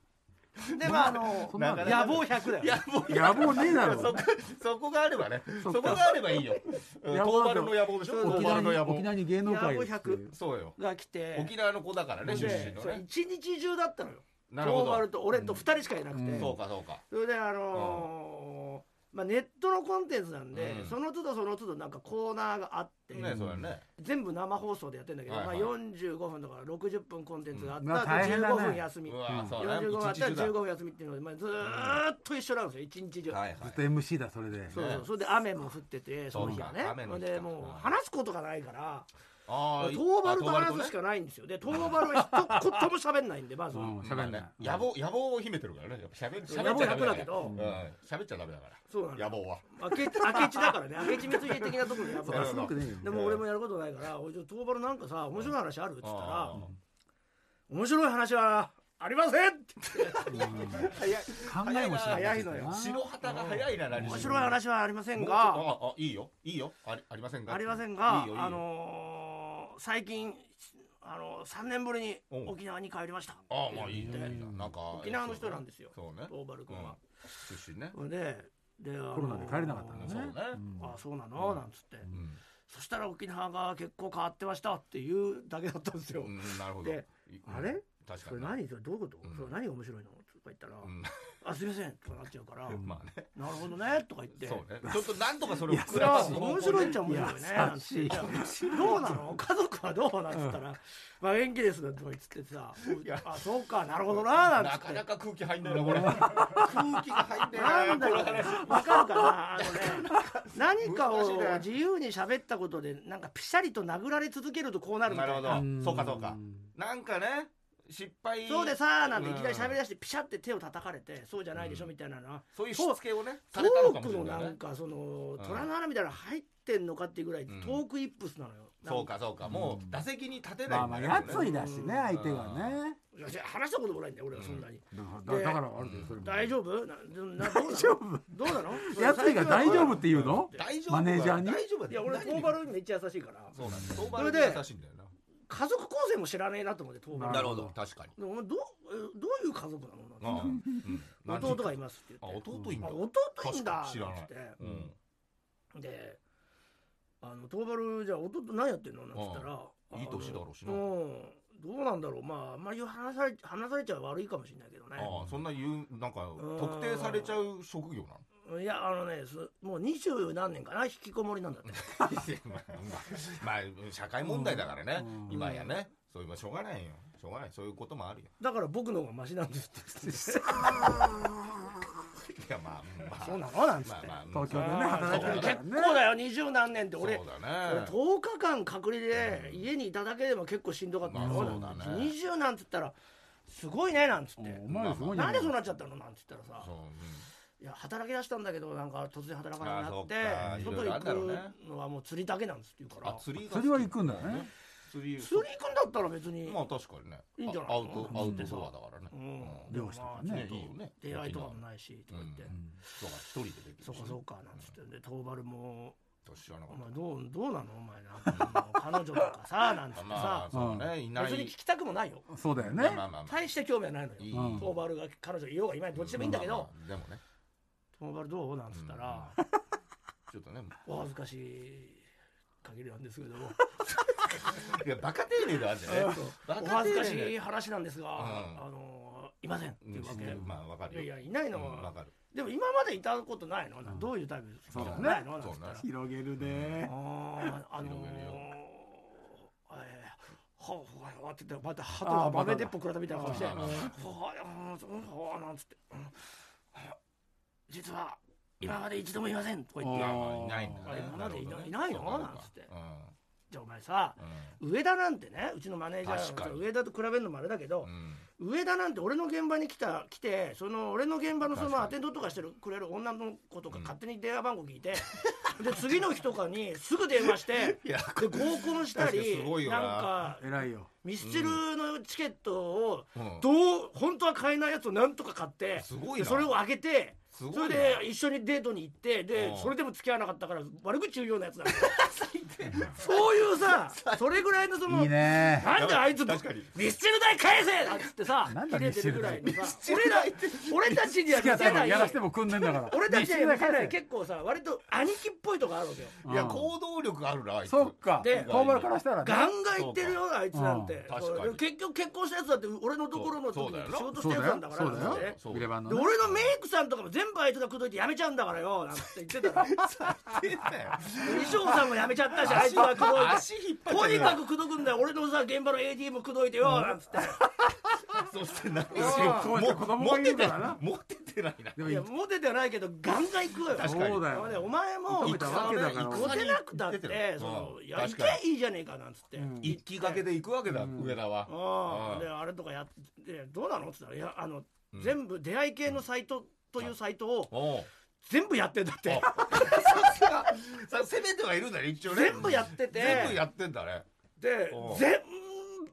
Speaker 3: うんでまああの
Speaker 4: そんなの
Speaker 3: 野望100だよ
Speaker 2: いやもう
Speaker 4: 野望ねえだろ
Speaker 2: そこそこがあればね
Speaker 4: そ
Speaker 2: そ
Speaker 4: っか
Speaker 2: こがあればいいようん
Speaker 4: 野
Speaker 2: ト
Speaker 4: 望
Speaker 2: ー
Speaker 4: だ
Speaker 2: バ
Speaker 4: と
Speaker 2: ルの野望でしょト
Speaker 4: 沖
Speaker 2: ーバル
Speaker 4: 縄
Speaker 2: の
Speaker 4: に
Speaker 2: 野
Speaker 4: 沖
Speaker 2: 望
Speaker 4: 縄に芸能界ですっていう
Speaker 2: そうよ
Speaker 3: が来て
Speaker 2: 沖縄の子だからね
Speaker 3: で
Speaker 2: 出身の
Speaker 3: そう
Speaker 2: ね
Speaker 3: 一日中だったのよ
Speaker 2: なる
Speaker 3: ト
Speaker 2: ほ
Speaker 3: ーバル
Speaker 2: ど
Speaker 3: と俺と2人しかいなく
Speaker 4: うん
Speaker 3: て
Speaker 2: そうかそうか
Speaker 3: それであのーまあ、ネットのコンテンツなんで、
Speaker 2: うん
Speaker 3: その都度その都度なんかコーナーがあって、
Speaker 2: ねそうだね
Speaker 3: 全部生放送でやってんだけど、
Speaker 2: はいはい
Speaker 3: まあ、45分とか60分コンテンツがあった
Speaker 4: うんうわ大変だ
Speaker 3: 15
Speaker 4: ね
Speaker 3: 分休み、
Speaker 2: うわ
Speaker 4: うん
Speaker 2: そうだね
Speaker 3: 45分あっ
Speaker 2: 一
Speaker 3: たら
Speaker 2: 日中だ
Speaker 3: 15分休みっていうので、まあ、ずーっと一緒なんですよ一日中、
Speaker 2: はい
Speaker 4: ずっ
Speaker 2: は
Speaker 4: と MC だそれで
Speaker 3: そうそう
Speaker 2: ね
Speaker 3: それで雨も降っててその日はね
Speaker 2: そうか雨の日か
Speaker 3: でもう話すことがないから、
Speaker 2: あ
Speaker 3: ト
Speaker 2: ー
Speaker 3: ーバルと
Speaker 2: あ
Speaker 3: 話すしかないんですよでトーバルは一言も喋んないんでまず、
Speaker 4: うん
Speaker 2: トーバル
Speaker 4: 喋ん
Speaker 2: とね
Speaker 4: ない
Speaker 2: まあね野望野望を秘めてるからねやっぱ喋喋っちゃ
Speaker 3: 野
Speaker 2: ダ
Speaker 3: 望
Speaker 2: メ
Speaker 3: 100だ
Speaker 2: だ
Speaker 3: け
Speaker 2: け
Speaker 3: ど、
Speaker 2: ど
Speaker 4: う
Speaker 2: うんん喋っちゃダメだか
Speaker 3: そうなの
Speaker 2: ら野望は
Speaker 3: 明智明智だからね明智光秀的なところやっ
Speaker 4: そ
Speaker 3: ぱ
Speaker 4: う
Speaker 2: <laughs> そう
Speaker 4: すごくねえよ
Speaker 3: でも俺もやることないから「おいちょっと東原なんかさ面白い話ある?」っつったら
Speaker 2: あ
Speaker 3: 「面白い話はありません!」って言って
Speaker 2: ー早い
Speaker 4: 考えもしない
Speaker 3: 早いのよ
Speaker 2: 白旗が早いな何し
Speaker 3: 「
Speaker 2: ろ
Speaker 3: 面白い話はありません
Speaker 2: もう
Speaker 3: が
Speaker 2: ちょっとああいいよいいよありありませんが
Speaker 3: ありませんが
Speaker 2: いいよいいよ
Speaker 3: あのー最近あの3年ぶりに沖縄に帰りました」
Speaker 2: ああまあいい
Speaker 3: っ
Speaker 2: ね
Speaker 3: て言って
Speaker 2: なんか
Speaker 3: 沖縄の人なんですよ
Speaker 2: そうね
Speaker 3: 東原君は。
Speaker 2: 出身ね
Speaker 3: それでで
Speaker 4: コロナで帰れなかったんだ
Speaker 2: そう
Speaker 4: ね
Speaker 2: ね
Speaker 4: うん
Speaker 3: あそうなのなんつって、
Speaker 2: うん
Speaker 3: そしたら沖縄が結構変わってましたっていうだけだったんですよ、
Speaker 2: うんなるほど
Speaker 3: で
Speaker 2: い
Speaker 3: あれ
Speaker 2: 確
Speaker 3: そ
Speaker 2: か
Speaker 3: れ
Speaker 2: に
Speaker 3: 何それどういうこと、
Speaker 2: うん
Speaker 3: それ何が面白いのとか言ったら「
Speaker 2: うん <laughs>
Speaker 3: あすいません」とかなっちゃうから「
Speaker 2: まあね
Speaker 3: なるほどね」とか言って
Speaker 2: そうねちょっとなんとかそれを
Speaker 3: そ
Speaker 2: 膨
Speaker 3: れ
Speaker 2: らま
Speaker 3: は
Speaker 2: す
Speaker 3: 面白いっちゃ面白いよね。なんて言ってどうなの家族はどうなんつったら、まあ元気ですなんて言ってさ、あ、そうか、なるほどな、なんつ
Speaker 2: な
Speaker 3: って
Speaker 2: か。なか空気入んないなこれ空気が入んない
Speaker 3: なんだ
Speaker 2: なこの
Speaker 3: ろうね
Speaker 2: 話
Speaker 3: わかるかなあのね、何か
Speaker 2: 難し
Speaker 3: を
Speaker 2: いね
Speaker 3: 自由に喋ったことで、なんかピシャリと殴られ続けるとこうなるみたいな。
Speaker 2: なるほど
Speaker 4: ん
Speaker 2: そうかそうかなんかね失敗
Speaker 3: そうでさーなんていきなり
Speaker 2: う
Speaker 3: 喋
Speaker 2: ん
Speaker 3: り出してピシャって手を叩かれてそうじゃないでしょみたいなのは
Speaker 2: そういうしつけをねさ
Speaker 3: ト
Speaker 2: れたのかも
Speaker 3: ーク
Speaker 2: しれ
Speaker 3: の
Speaker 2: ない
Speaker 3: な
Speaker 2: ね
Speaker 3: んかその
Speaker 2: うん
Speaker 3: 虎の穴みたいなの入ってんのかっていうぐらいト
Speaker 2: うん
Speaker 3: ークイップスなのよ
Speaker 2: そうかそうかもう打席に立てない
Speaker 4: まあ
Speaker 2: ん
Speaker 4: ま
Speaker 2: だ
Speaker 4: あ
Speaker 2: ね
Speaker 4: や
Speaker 2: も
Speaker 4: つ
Speaker 2: う
Speaker 4: い
Speaker 2: ね
Speaker 4: だしね相手がね
Speaker 3: なんか話したこともないんだよ俺はそんなに
Speaker 4: だからだからあるでそれも
Speaker 3: 大丈夫ななどうなの
Speaker 4: 大丈夫
Speaker 3: どうなの
Speaker 4: やついが大丈夫って言うの
Speaker 2: 大丈夫
Speaker 4: マネージャーに
Speaker 2: 大丈夫だよ
Speaker 3: いや俺トーバルにめっちゃ優しいから
Speaker 2: そうなんだよトー
Speaker 3: それ
Speaker 2: バル
Speaker 3: で
Speaker 2: に優しいんだよ
Speaker 3: 家族構成も知らねえなと思ってトー
Speaker 2: な
Speaker 3: バル
Speaker 2: なるほど確かに
Speaker 3: でお前どうえどういう家族
Speaker 2: あ
Speaker 3: な
Speaker 2: あ
Speaker 3: のなん <laughs> て弟がいますって
Speaker 2: あ
Speaker 3: 言って
Speaker 2: 弟いいんだ
Speaker 3: あ弟いいんだ
Speaker 2: 確かに知らない
Speaker 3: って言って
Speaker 2: うん
Speaker 3: で「あのトーバルじゃあ弟何やってんの?」なんつったら「
Speaker 2: うんいい年だろうしな
Speaker 3: うんどうなんだろうまああんまり話され話されちゃ悪いかもしれないけどね
Speaker 2: ああそんな言うなんか
Speaker 3: うん
Speaker 2: 特定されちゃう職
Speaker 3: <laughs>
Speaker 2: 業なの
Speaker 3: いやあのねすもう二十何年かな引きこもりなんだって
Speaker 2: まあ社会問題だからね
Speaker 4: うん
Speaker 2: 今やねそういうまあしょうがないよしょうがないそういうこともあるよ
Speaker 3: だから僕の方がマシなんですって
Speaker 2: <laughs> いやまあうんまあ
Speaker 3: そうなのなんつ
Speaker 2: ま
Speaker 3: っ
Speaker 2: あ
Speaker 3: て、
Speaker 2: まあ
Speaker 4: 東京でね働いてるから
Speaker 3: 結構だよ二十何年って俺
Speaker 2: そうだね
Speaker 3: 10日間隔離で家にいただけでも結構しんどかったよ、
Speaker 2: まあそうだね
Speaker 3: なんて20なんつったらすごいねなんつって、
Speaker 4: お前らすごいんじゃ
Speaker 3: なんでそう
Speaker 4: な
Speaker 3: なっちゃったのなんつったらさ
Speaker 2: そううん
Speaker 3: いや働き出したんだけどなんか突然働かなくなって
Speaker 2: ああそうかいろい
Speaker 3: 外行
Speaker 2: ろあるんだろうね
Speaker 3: くのはもう釣りだけなんですって言うから
Speaker 2: あ釣りが好き
Speaker 4: それは行くんだよね
Speaker 2: 釣り
Speaker 3: 釣り行くんだったら別に、
Speaker 2: まあ確かにね
Speaker 3: いいんじゃない
Speaker 2: あアウト
Speaker 4: うん
Speaker 2: アウトドアだからね
Speaker 3: う
Speaker 2: うん
Speaker 3: ん
Speaker 4: でも漁師とかね
Speaker 3: まあ
Speaker 2: ねいいよね
Speaker 3: 出会いとかもないしとか言って、
Speaker 2: うんそうか一人でできる
Speaker 3: そうかそうかなんつってんで東原も
Speaker 2: うん知らな
Speaker 3: 「
Speaker 2: か
Speaker 3: お
Speaker 2: っ
Speaker 3: 前どうどうなのお前なんかもう彼女とかさ」なんつっ
Speaker 2: た
Speaker 3: て
Speaker 2: ま
Speaker 3: さ、
Speaker 2: あそうねいない
Speaker 3: 別に聞きたくもないよ
Speaker 4: そうだよ
Speaker 2: まあ
Speaker 4: ね
Speaker 2: まあまあ
Speaker 3: 大して興味はないのよ
Speaker 2: いい
Speaker 4: うん
Speaker 3: 東原が彼女いようがいまいどっちでもいいんだけ
Speaker 2: まあ
Speaker 3: ど
Speaker 2: まあでもね
Speaker 3: 「東原どう?」なんつったら
Speaker 2: うんちょっとね
Speaker 3: 「お恥ずかしい限りなんですけども」
Speaker 2: いやバカ丁寧ではあるんだよね
Speaker 3: そう
Speaker 2: バ
Speaker 3: お
Speaker 2: カ
Speaker 3: 恥
Speaker 2: 丁
Speaker 3: ずかし
Speaker 2: 寧
Speaker 3: い話なんですが、
Speaker 2: ん
Speaker 3: あのいませんっていうわけ、
Speaker 2: うんまあわかるよ
Speaker 3: いやいやいないの
Speaker 2: う
Speaker 3: は
Speaker 2: んわかる
Speaker 3: でも今までいたことないの、どういうタイプ
Speaker 4: そうだね
Speaker 3: ないのなんつっ
Speaker 2: そう
Speaker 3: た
Speaker 2: だ
Speaker 3: ら
Speaker 2: ね
Speaker 4: 広げるね
Speaker 3: あーあのー
Speaker 2: 広げるよ
Speaker 3: えーはあはあって言ってまた鳩が豆鉄砲食らったみたいな顔して「
Speaker 2: あ
Speaker 3: は
Speaker 2: ーま
Speaker 3: あ
Speaker 2: あまあ
Speaker 3: はあはあ」なんつってうん「実は今まで一度も言いません」とか言っ
Speaker 2: い
Speaker 3: て
Speaker 2: や
Speaker 4: あー
Speaker 2: まあいないんだね
Speaker 3: 今までいな
Speaker 2: る
Speaker 3: い
Speaker 2: ほどね
Speaker 3: いないの
Speaker 2: そうかそうか
Speaker 3: なんつって
Speaker 2: う
Speaker 3: 「じゃあお前さ
Speaker 2: んうん
Speaker 3: 上田なんてねうちのマネージャ
Speaker 2: 確か
Speaker 3: ー
Speaker 2: に
Speaker 3: 上田と比べるのもあれだけど、
Speaker 2: うん
Speaker 3: 上田なんて俺の現場に来た来てその俺の現場のそ
Speaker 2: 確か
Speaker 3: の
Speaker 2: に
Speaker 3: アテンドとかしてるくれる女の子とか
Speaker 2: うん
Speaker 3: 勝手に電話番号聞いて、で次の日とかにすぐ電話して
Speaker 2: いや
Speaker 3: で合コンした
Speaker 2: 確かにす
Speaker 3: り
Speaker 2: ごいよな
Speaker 3: なんか
Speaker 4: 偉いよ
Speaker 3: ミスチルのチケットを
Speaker 2: うん
Speaker 3: どう本当は買えないやつをなんとか買って
Speaker 2: すごい
Speaker 3: で
Speaker 2: な
Speaker 3: それをあげて。
Speaker 2: すごいな
Speaker 3: それで一緒にデートに行って
Speaker 2: う
Speaker 3: で
Speaker 2: ん
Speaker 3: それでも付き合わなかったから悪口言うようなやつだから
Speaker 2: <laughs>
Speaker 3: そういうさそれぐらいのその
Speaker 4: いいね
Speaker 3: なんであいつ
Speaker 2: 確かに
Speaker 3: ミスチル代返せなんつってさ
Speaker 4: なんだ
Speaker 3: 切れてるぐらいのさ
Speaker 2: チル
Speaker 3: 俺ら
Speaker 2: 代
Speaker 3: 俺たちには
Speaker 4: 付
Speaker 3: 見
Speaker 4: き合った
Speaker 3: せ
Speaker 4: ら
Speaker 3: ない
Speaker 4: やらせてもくんねえんだから
Speaker 3: 俺たちには見せない
Speaker 4: 結
Speaker 3: 結構さ割と兄貴っぽいとこあるわけよ
Speaker 2: いや行動力あるなあいつ
Speaker 4: そっか
Speaker 3: で
Speaker 4: 遠丸からしたらね
Speaker 3: ガンガン言ってるよあいつなんて
Speaker 2: うん確かに
Speaker 3: そう結局結婚したやつだって俺のところの
Speaker 2: そ
Speaker 3: 時
Speaker 2: うだよ
Speaker 3: に
Speaker 2: な
Speaker 3: 仕事し
Speaker 4: そう
Speaker 3: てる
Speaker 4: だ
Speaker 3: やつな
Speaker 4: よ
Speaker 3: んだから
Speaker 4: そうだ
Speaker 3: なん
Speaker 4: よ
Speaker 3: つってね
Speaker 2: そう
Speaker 4: ビレバンの
Speaker 3: で
Speaker 4: ね
Speaker 3: 俺のメイクさんとかも全部あいつが口説いてやめちゃうんだからよなんて言ってたら
Speaker 2: 言ってたよ
Speaker 3: 衣装さんもやめちゃったしあいつが口説いて
Speaker 2: 足引っ張っちゃ
Speaker 3: と
Speaker 2: う
Speaker 3: にかく口説くんだよ俺のさ現場の AD も口説いてよなんつって
Speaker 2: そして何し
Speaker 4: 結婚して子
Speaker 2: も
Speaker 4: 供が
Speaker 2: モ
Speaker 4: い
Speaker 2: テ
Speaker 4: る
Speaker 2: て
Speaker 4: からな
Speaker 2: モテてないな
Speaker 4: でも
Speaker 3: いやモテてはないけどガンガン行くよ
Speaker 2: 確かに
Speaker 4: そうだ
Speaker 3: あのねお
Speaker 4: よ
Speaker 3: 前も
Speaker 4: 認めたわけだから
Speaker 2: 戦に
Speaker 3: モテなくたっ
Speaker 2: 行って
Speaker 3: て
Speaker 2: る
Speaker 3: その
Speaker 2: うん
Speaker 3: いや行
Speaker 2: 確
Speaker 3: け
Speaker 2: かに
Speaker 3: いいじゃねえかなんつって、
Speaker 4: うん
Speaker 2: 行きがけで行くわけだ上田は
Speaker 3: あ
Speaker 2: うん
Speaker 3: であれとかやってどうなのっつったらいやあの、
Speaker 2: うん
Speaker 3: 全部出会い系のサイトというサイトを
Speaker 2: おう
Speaker 3: 全部やってんだって
Speaker 2: あさすがさ攻めてはいるんだね一応ね
Speaker 3: 全部やってて
Speaker 2: 全部やってんだね
Speaker 3: で
Speaker 2: おう
Speaker 3: 全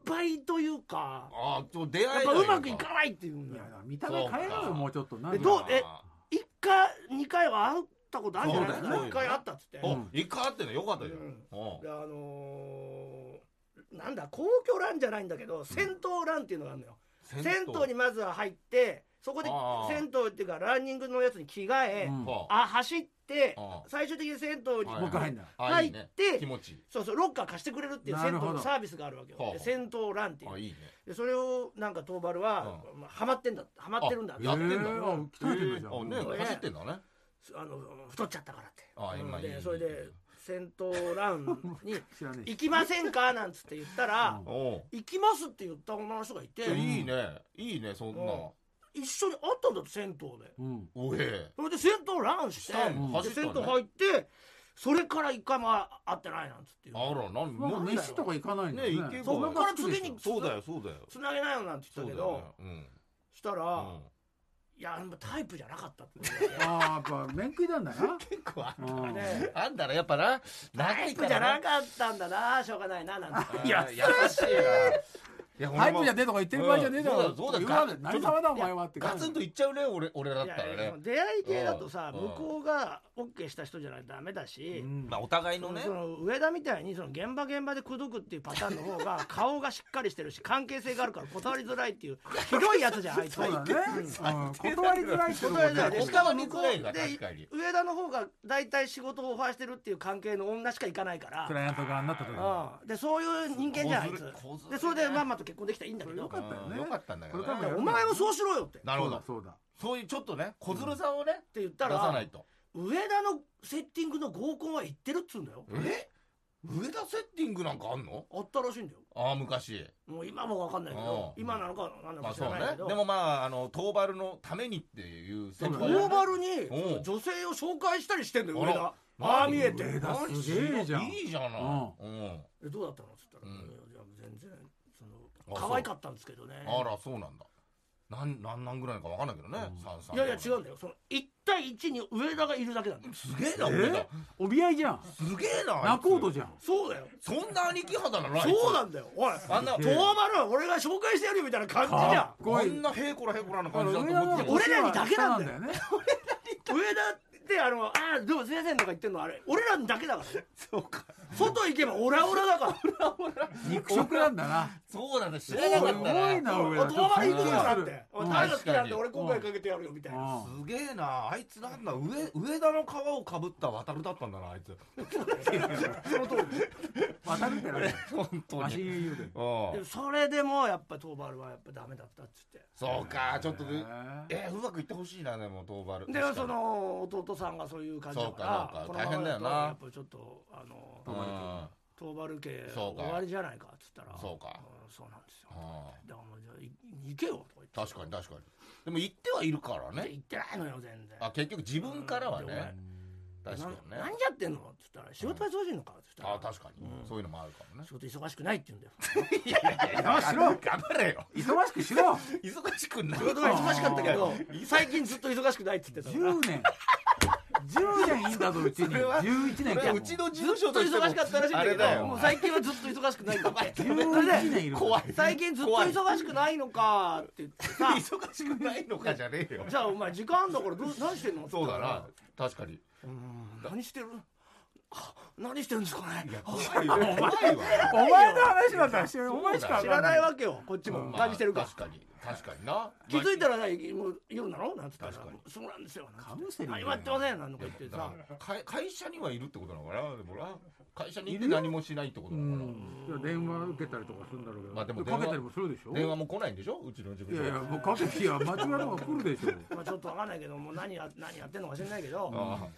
Speaker 3: 敗というか
Speaker 2: ああそう出
Speaker 3: やっ
Speaker 2: 会い
Speaker 3: ぱ
Speaker 2: が
Speaker 3: うまくいか
Speaker 2: い
Speaker 3: ないっていうん
Speaker 4: い
Speaker 3: だよ
Speaker 4: や見た目変えろ
Speaker 2: そうか
Speaker 4: よもうちょっとな
Speaker 3: で
Speaker 2: のか
Speaker 3: どうえ
Speaker 2: あ
Speaker 3: 1回2回は会ったことあるんじゃない
Speaker 2: そう
Speaker 3: か
Speaker 2: だよ
Speaker 3: 1回会ったっつって
Speaker 2: ー
Speaker 4: う
Speaker 2: お
Speaker 4: ん
Speaker 2: 一回会ってんのよかったじゃん
Speaker 3: うん
Speaker 2: おう
Speaker 3: であのーなんだ皇居ランじゃないんだけど銭湯ランっていうのがあるのよ、銭湯にまずは入ってそこで
Speaker 2: ああ
Speaker 3: 銭湯っていうかランニングのやつに着替え、
Speaker 4: うん
Speaker 2: は
Speaker 3: あ走って
Speaker 2: ああ
Speaker 3: 最終的に銭湯に、
Speaker 2: はい
Speaker 4: もう一回入んだ
Speaker 2: あいいね
Speaker 3: 入って
Speaker 2: 気持ちいい
Speaker 3: そうそうロッカー貸してくれるっていう銭湯
Speaker 4: なるほ
Speaker 3: の
Speaker 4: ど
Speaker 3: サービスがあるわけよ、
Speaker 2: はあ
Speaker 3: で銭湯ランっていう
Speaker 2: あいいね
Speaker 3: でそれをなんか東原は、まあ、ハマってんだハマってるんだ
Speaker 2: あやってんだ
Speaker 4: へーあ鍛えてんだじゃん
Speaker 2: あね
Speaker 3: うん
Speaker 2: 走ってんだね
Speaker 3: あの太っちゃったからって
Speaker 2: あ
Speaker 3: うん
Speaker 2: 今いい
Speaker 3: でそれで銭湯ラン
Speaker 2: <laughs>
Speaker 3: に
Speaker 4: 知らねえ
Speaker 3: 行きませんかなんつって言ったら、
Speaker 4: うん
Speaker 2: おう
Speaker 3: 行きますって言った女の人がいて、
Speaker 2: えいいねいいねそんな
Speaker 3: うん一緒に会ったんだって銭湯で
Speaker 4: うん
Speaker 2: おえ
Speaker 3: それで銭湯ランして
Speaker 2: したん
Speaker 4: だ
Speaker 2: 走
Speaker 3: で
Speaker 2: った
Speaker 3: 銭
Speaker 2: ね
Speaker 3: 湯入ってそれから一回も会ってないなんつっていう
Speaker 2: あらなん
Speaker 4: なんか
Speaker 2: もう
Speaker 4: 飯とか行かないんだよ
Speaker 2: ね行け
Speaker 4: ね
Speaker 2: ば
Speaker 4: そんなことないでしょ
Speaker 3: これ次に
Speaker 2: そうだよそうだよ
Speaker 3: つなげないよなんて言ったけど
Speaker 2: そうだよね
Speaker 3: したら、
Speaker 2: うんうん
Speaker 3: いやあんまタイプじゃなかったって
Speaker 4: ああやっぱ面食いなんだな
Speaker 2: 結構あ
Speaker 4: うん
Speaker 3: ね
Speaker 2: あんだらやっぱな
Speaker 3: タ
Speaker 2: 長い
Speaker 3: イ
Speaker 2: か
Speaker 3: プじゃ
Speaker 2: ら
Speaker 3: な
Speaker 2: な
Speaker 3: かったんだなしょうがないななんて
Speaker 2: いや優しいないや
Speaker 4: タイプじゃねえとか言ってる場合じゃねえだろ
Speaker 2: うんそうだそうだ
Speaker 4: 言わねえ
Speaker 2: ガ
Speaker 4: 何様だお前はって
Speaker 2: ガツンといっちゃうね俺俺だっ
Speaker 3: い
Speaker 2: た
Speaker 3: や
Speaker 2: ら
Speaker 3: いや
Speaker 2: ね
Speaker 3: 出会い系だとさ
Speaker 2: うん
Speaker 3: 向こうが OK した人じゃないとダメだし、
Speaker 4: うん
Speaker 2: まあお互いのね
Speaker 3: その上田みたいにその現場現場で口説くっていうパターンの方
Speaker 2: <laughs>
Speaker 3: が顔がしっかりしてるし関係性があるから断りづらいっていうひどいやつじゃん
Speaker 2: <laughs>
Speaker 3: あいつ
Speaker 4: そうだねうん断りづらいってこと
Speaker 3: 断りづらい
Speaker 4: だ
Speaker 3: で
Speaker 4: よ
Speaker 3: しか
Speaker 2: 断
Speaker 3: も
Speaker 2: り
Speaker 3: 向
Speaker 2: づ
Speaker 3: こ
Speaker 2: らいうわ
Speaker 3: で
Speaker 2: 確かに
Speaker 3: 上田の方が大体仕事をオファーしてるっていう関係の女しか行かないから
Speaker 4: クライアント側になった時に
Speaker 3: うん、でそういう人間じゃんあい
Speaker 2: 小
Speaker 3: つ
Speaker 2: ずる小ずるね
Speaker 3: でそれでまんまと結婚できたらいいんだけ
Speaker 4: よ
Speaker 3: ど
Speaker 4: かったよ
Speaker 2: うん
Speaker 4: ね
Speaker 2: よかったんだけどね
Speaker 4: これからもや
Speaker 3: お
Speaker 4: る
Speaker 3: 前もそうしろよってっ
Speaker 2: なるほど
Speaker 4: そうだそうだ
Speaker 2: そういうちょっとね小ずるさをね
Speaker 3: て言っ
Speaker 2: 出
Speaker 3: た
Speaker 2: さな
Speaker 3: ら
Speaker 2: いと
Speaker 3: 上田のセッティングの合コンは行ってるっつうんだよ
Speaker 2: え上田セッティングなんかあんの
Speaker 3: あったらしいんだよ
Speaker 2: ああ昔
Speaker 3: もう今も分かんないけど
Speaker 2: うん
Speaker 3: 今なのか何なの
Speaker 2: まあ
Speaker 3: か知
Speaker 2: そう
Speaker 3: ら
Speaker 2: ね
Speaker 3: ないけど、
Speaker 2: でもまああのトーバルのためにっていう先
Speaker 4: そう
Speaker 2: 輩
Speaker 3: オー
Speaker 4: だねト
Speaker 3: バルに
Speaker 2: うん
Speaker 3: 女性を紹介したりしてんだよ
Speaker 2: あ
Speaker 3: 上
Speaker 2: ら
Speaker 3: 田
Speaker 2: 何
Speaker 3: ああ見えて
Speaker 4: 上田
Speaker 3: 何
Speaker 4: すげえじゃん
Speaker 2: いいじゃない
Speaker 4: うん
Speaker 2: うん
Speaker 3: えどうだったのっつったら、
Speaker 2: うん
Speaker 3: いやいや全然そ
Speaker 2: あ
Speaker 3: の可愛かったんですけどね
Speaker 2: あらそうなんだ何何何ぐらいか分かんないけどね、三三
Speaker 3: いやいや違うんだよその1対1に上田がいるだけなんだよ
Speaker 2: すげえな俺だ
Speaker 4: お見合いじゃん
Speaker 2: すげえなあいつ
Speaker 4: 仲人じゃん
Speaker 3: そうだよ
Speaker 2: そんな兄貴肌なのあいつ
Speaker 3: そうなんだよおい
Speaker 2: あんな
Speaker 3: 遠丸は俺が紹介してやるよみたいな感じじゃ
Speaker 2: こんなへいこらへいこらな感じだと
Speaker 4: 上田
Speaker 2: 思っ
Speaker 4: は
Speaker 2: てた
Speaker 3: 俺らにだけなんだよ
Speaker 4: 下ね
Speaker 3: ん上田ってあの「ああどうもすいません」とか言ってんのあれ俺らだけだからね
Speaker 2: そうか
Speaker 3: 外行けばオラオラだから
Speaker 4: 肉食なんだな
Speaker 2: そうなんだ知
Speaker 4: す
Speaker 2: らなか
Speaker 4: ご
Speaker 2: っ
Speaker 4: い
Speaker 2: たな
Speaker 4: な
Speaker 3: お
Speaker 4: 上田
Speaker 3: い遠丸行くよだってお
Speaker 4: う
Speaker 3: い
Speaker 4: ん
Speaker 3: 誰が好きなん
Speaker 2: 確かに
Speaker 3: で俺今回かけてやるよみたいな
Speaker 4: うん
Speaker 2: すげえなあいつなんだ上上田の皮をかぶった渡るだったんだなあいつ
Speaker 3: その通り
Speaker 4: 渡るってなる
Speaker 2: 本当
Speaker 4: マシン
Speaker 2: に
Speaker 4: 言うで
Speaker 2: う
Speaker 3: でも
Speaker 2: ん
Speaker 3: それでもやっぱ遠丸はやっぱダメだったっつって
Speaker 2: そうかちょっと
Speaker 4: へ
Speaker 2: ね
Speaker 4: ー
Speaker 2: えーうまくいってほしいなでもトーバル
Speaker 3: で
Speaker 2: 確かに
Speaker 3: その弟さんがそういう感じだから
Speaker 2: そうかそうか
Speaker 3: このまま
Speaker 2: 大変だよな
Speaker 3: とやっぱちょっとあの
Speaker 2: うん
Speaker 3: 東原家
Speaker 2: そうか
Speaker 3: 終わりじゃないかっつったら
Speaker 2: そうか
Speaker 3: んそうなんですよ
Speaker 2: う
Speaker 3: だからもうじゃあい行けよとか言って
Speaker 2: ん確かに確かにでも言ってはいるからね
Speaker 3: 行ってないのよ全然
Speaker 2: あ結局自分からは
Speaker 3: うん
Speaker 2: ね確かに
Speaker 3: な
Speaker 2: ね
Speaker 3: 何やってんのっつったら仕事忙しいのかっつったら、
Speaker 2: あ確かにそういうのもあるかもね
Speaker 3: 仕事忙しくないって言う
Speaker 2: <laughs>
Speaker 3: んだよ
Speaker 2: いやいやいや
Speaker 4: しろ
Speaker 2: 頑張れよ
Speaker 4: 忙しくしろ
Speaker 2: 忙しくない
Speaker 3: 仕事が忙しかったけど最近ずっと忙しくないって言ってたから
Speaker 2: <laughs>
Speaker 4: 10年10年いいんだぞうちに
Speaker 2: それは
Speaker 4: 11年
Speaker 2: これ
Speaker 4: か
Speaker 2: は
Speaker 4: も
Speaker 2: うちの事務
Speaker 3: ずっ
Speaker 2: 所
Speaker 3: と
Speaker 2: としても
Speaker 3: 忙しかったらしいん
Speaker 2: あ
Speaker 3: だけ
Speaker 2: れだよ
Speaker 3: どもう最近はずっと忙しくない
Speaker 2: <laughs>
Speaker 3: から
Speaker 4: 11年いるから
Speaker 2: 怖い
Speaker 3: 最近ずっと忙しくないのかって言ってさ
Speaker 2: 忙しくないのかじゃねえよ
Speaker 3: じゃあお前時間あんだからどう何してんの
Speaker 2: そうだな確かに
Speaker 3: うーん何してるあ何してるんですかね
Speaker 2: 怖いわ
Speaker 3: <laughs>
Speaker 2: 怖いわ
Speaker 4: お前の話なんだしお前しか
Speaker 3: 知らない
Speaker 4: わ
Speaker 3: わけよこっちも感じてるから
Speaker 2: 確かに確かにな
Speaker 3: 気づいたらねもう夜なのなんつったら
Speaker 2: 確かに
Speaker 3: そうなんですよなんつって
Speaker 4: カウンセリング
Speaker 3: 何もやってませんなんとか言って
Speaker 2: だか
Speaker 3: さ
Speaker 2: ら会会社にはいるってことなのかなでもな会社にいて
Speaker 4: いるよ
Speaker 2: 何もしないってこと
Speaker 4: う
Speaker 2: なのか
Speaker 4: ん電話受けたりとかするんだろうけど、
Speaker 2: まあでも電
Speaker 4: か
Speaker 2: 話
Speaker 4: けたりもするでしょ
Speaker 2: な電話も来ないんでしょうちの事
Speaker 4: い
Speaker 2: 務所
Speaker 4: やいやもうかけてや間違いなく来
Speaker 2: <laughs>
Speaker 4: るでしょ
Speaker 3: まあちょっとわかんないけどもう何や何やってんのか知らないけども
Speaker 2: ああ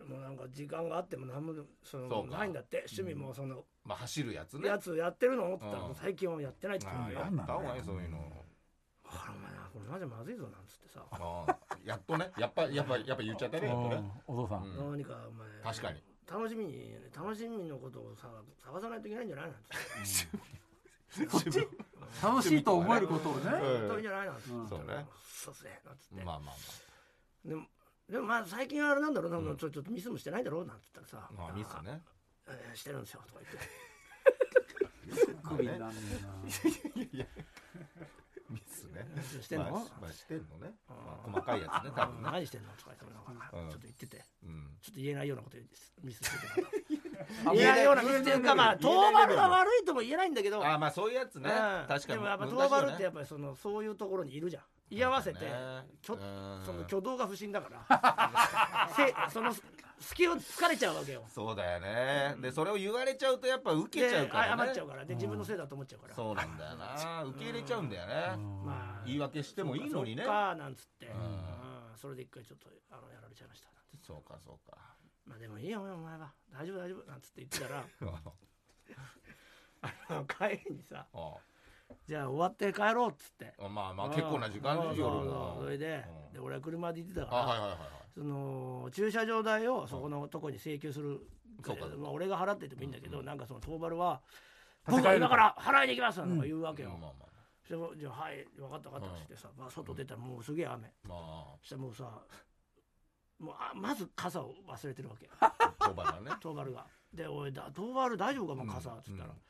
Speaker 3: うなんか時間があっても何もそ
Speaker 2: そ
Speaker 3: の
Speaker 2: うか
Speaker 3: ないんだって趣味もその
Speaker 2: まあ走るやつね
Speaker 3: やつやってるのって言ったら
Speaker 2: うん
Speaker 3: 最近はやってないって言う
Speaker 2: あ
Speaker 3: ん
Speaker 2: あ
Speaker 3: だ
Speaker 2: や
Speaker 3: よ
Speaker 2: ったほうがいいそういうの
Speaker 3: あらお前なこれマジまずいぞなんつってさ
Speaker 2: ああやっとねやっぱやっぱやっぱ言っちゃったねやっとね
Speaker 4: お父さ
Speaker 2: うんん
Speaker 3: 何かお前
Speaker 2: 確かに
Speaker 3: 楽しみに楽しみのことをさ探さないといけないんじゃないのって
Speaker 4: 楽しいと思えることをね
Speaker 2: うん
Speaker 3: 本当にじゃないのって言った
Speaker 2: そ
Speaker 3: ら
Speaker 2: うね
Speaker 3: そうっすねなんつって
Speaker 2: まあまあま
Speaker 3: でもでもまあ最近あれなんだろうな、ちょちょっとミスもしてないだろうなんて言ったらさ
Speaker 2: あ、まあミスね
Speaker 3: あえーしてるんですよとか言って
Speaker 4: クビになんね
Speaker 2: ミスね
Speaker 3: してんの
Speaker 2: まあまあしてんのねまあ細かいやつね多分ね
Speaker 3: 何してんのとか言ってなんか
Speaker 2: うん
Speaker 3: ちょっと言ってて
Speaker 2: うん
Speaker 3: ちょっと言えないようなこと言ってミスして
Speaker 2: <laughs>
Speaker 3: て
Speaker 4: えな
Speaker 3: 言えないようなミスっていうかまあ
Speaker 2: 言えない
Speaker 3: 遠丸が悪いとも言えないんだけど
Speaker 2: ああまあそういうやつね
Speaker 3: う
Speaker 2: 確
Speaker 3: ん
Speaker 2: かに
Speaker 3: でもやっぱ
Speaker 2: 難しい
Speaker 3: 遠
Speaker 2: よね
Speaker 3: 丸ってやっぱりそのそういうところにいるじゃん居合わせてきょ
Speaker 2: うん
Speaker 3: その挙動が不審だから <laughs> せその隙を突かれちゃうわけよ
Speaker 2: そうだよねでそれを言われちゃうとやっぱ受け
Speaker 3: で
Speaker 2: ちゃうから
Speaker 3: あ謝
Speaker 2: ね
Speaker 3: っちゃうからで自分のせいだと思っちゃうから
Speaker 2: そうなんだよな受け入れちゃうんだよね
Speaker 3: まあ
Speaker 2: 言い訳してもいいのにね
Speaker 3: そっかなんつって、うん
Speaker 2: ん
Speaker 3: それで一回ちょっとあのやられちゃいましたなんて
Speaker 2: そうかそうか <laughs>
Speaker 3: まあでもいいよお前は大丈夫大丈夫なんつって言ってたら
Speaker 2: あ
Speaker 3: あの帰りにさ
Speaker 2: あ
Speaker 3: じゃあ終わって帰ろうっつって
Speaker 2: あまあまあ結構な時間
Speaker 3: うん
Speaker 2: で夜
Speaker 3: そう
Speaker 2: だ
Speaker 3: そうそれで,、
Speaker 2: うん
Speaker 3: で俺は車で行ってたか
Speaker 2: あ
Speaker 3: ら、
Speaker 2: はいはいはいはい
Speaker 3: その駐車場代をそこのとこに請求する、
Speaker 2: そうかそうか
Speaker 3: まあ、俺が払っててもいいんだけど、なんかその東丸は「
Speaker 4: 立
Speaker 3: 僕
Speaker 4: て替える
Speaker 3: 今から払いに行きます」なんか言うわけ
Speaker 2: まあ
Speaker 3: よ、
Speaker 2: まあ
Speaker 3: それもじゃあ「はい分かった分かった」っつってさ、まあ、外出たらもうすげえ雨
Speaker 2: まあ
Speaker 3: そしたらもうさもうあまず傘を忘れてるわけ
Speaker 2: まあ当番
Speaker 3: <laughs>
Speaker 2: だね
Speaker 3: トーバルが。で、おい、だトーバル大丈夫か、もう傘っつったら、
Speaker 2: うん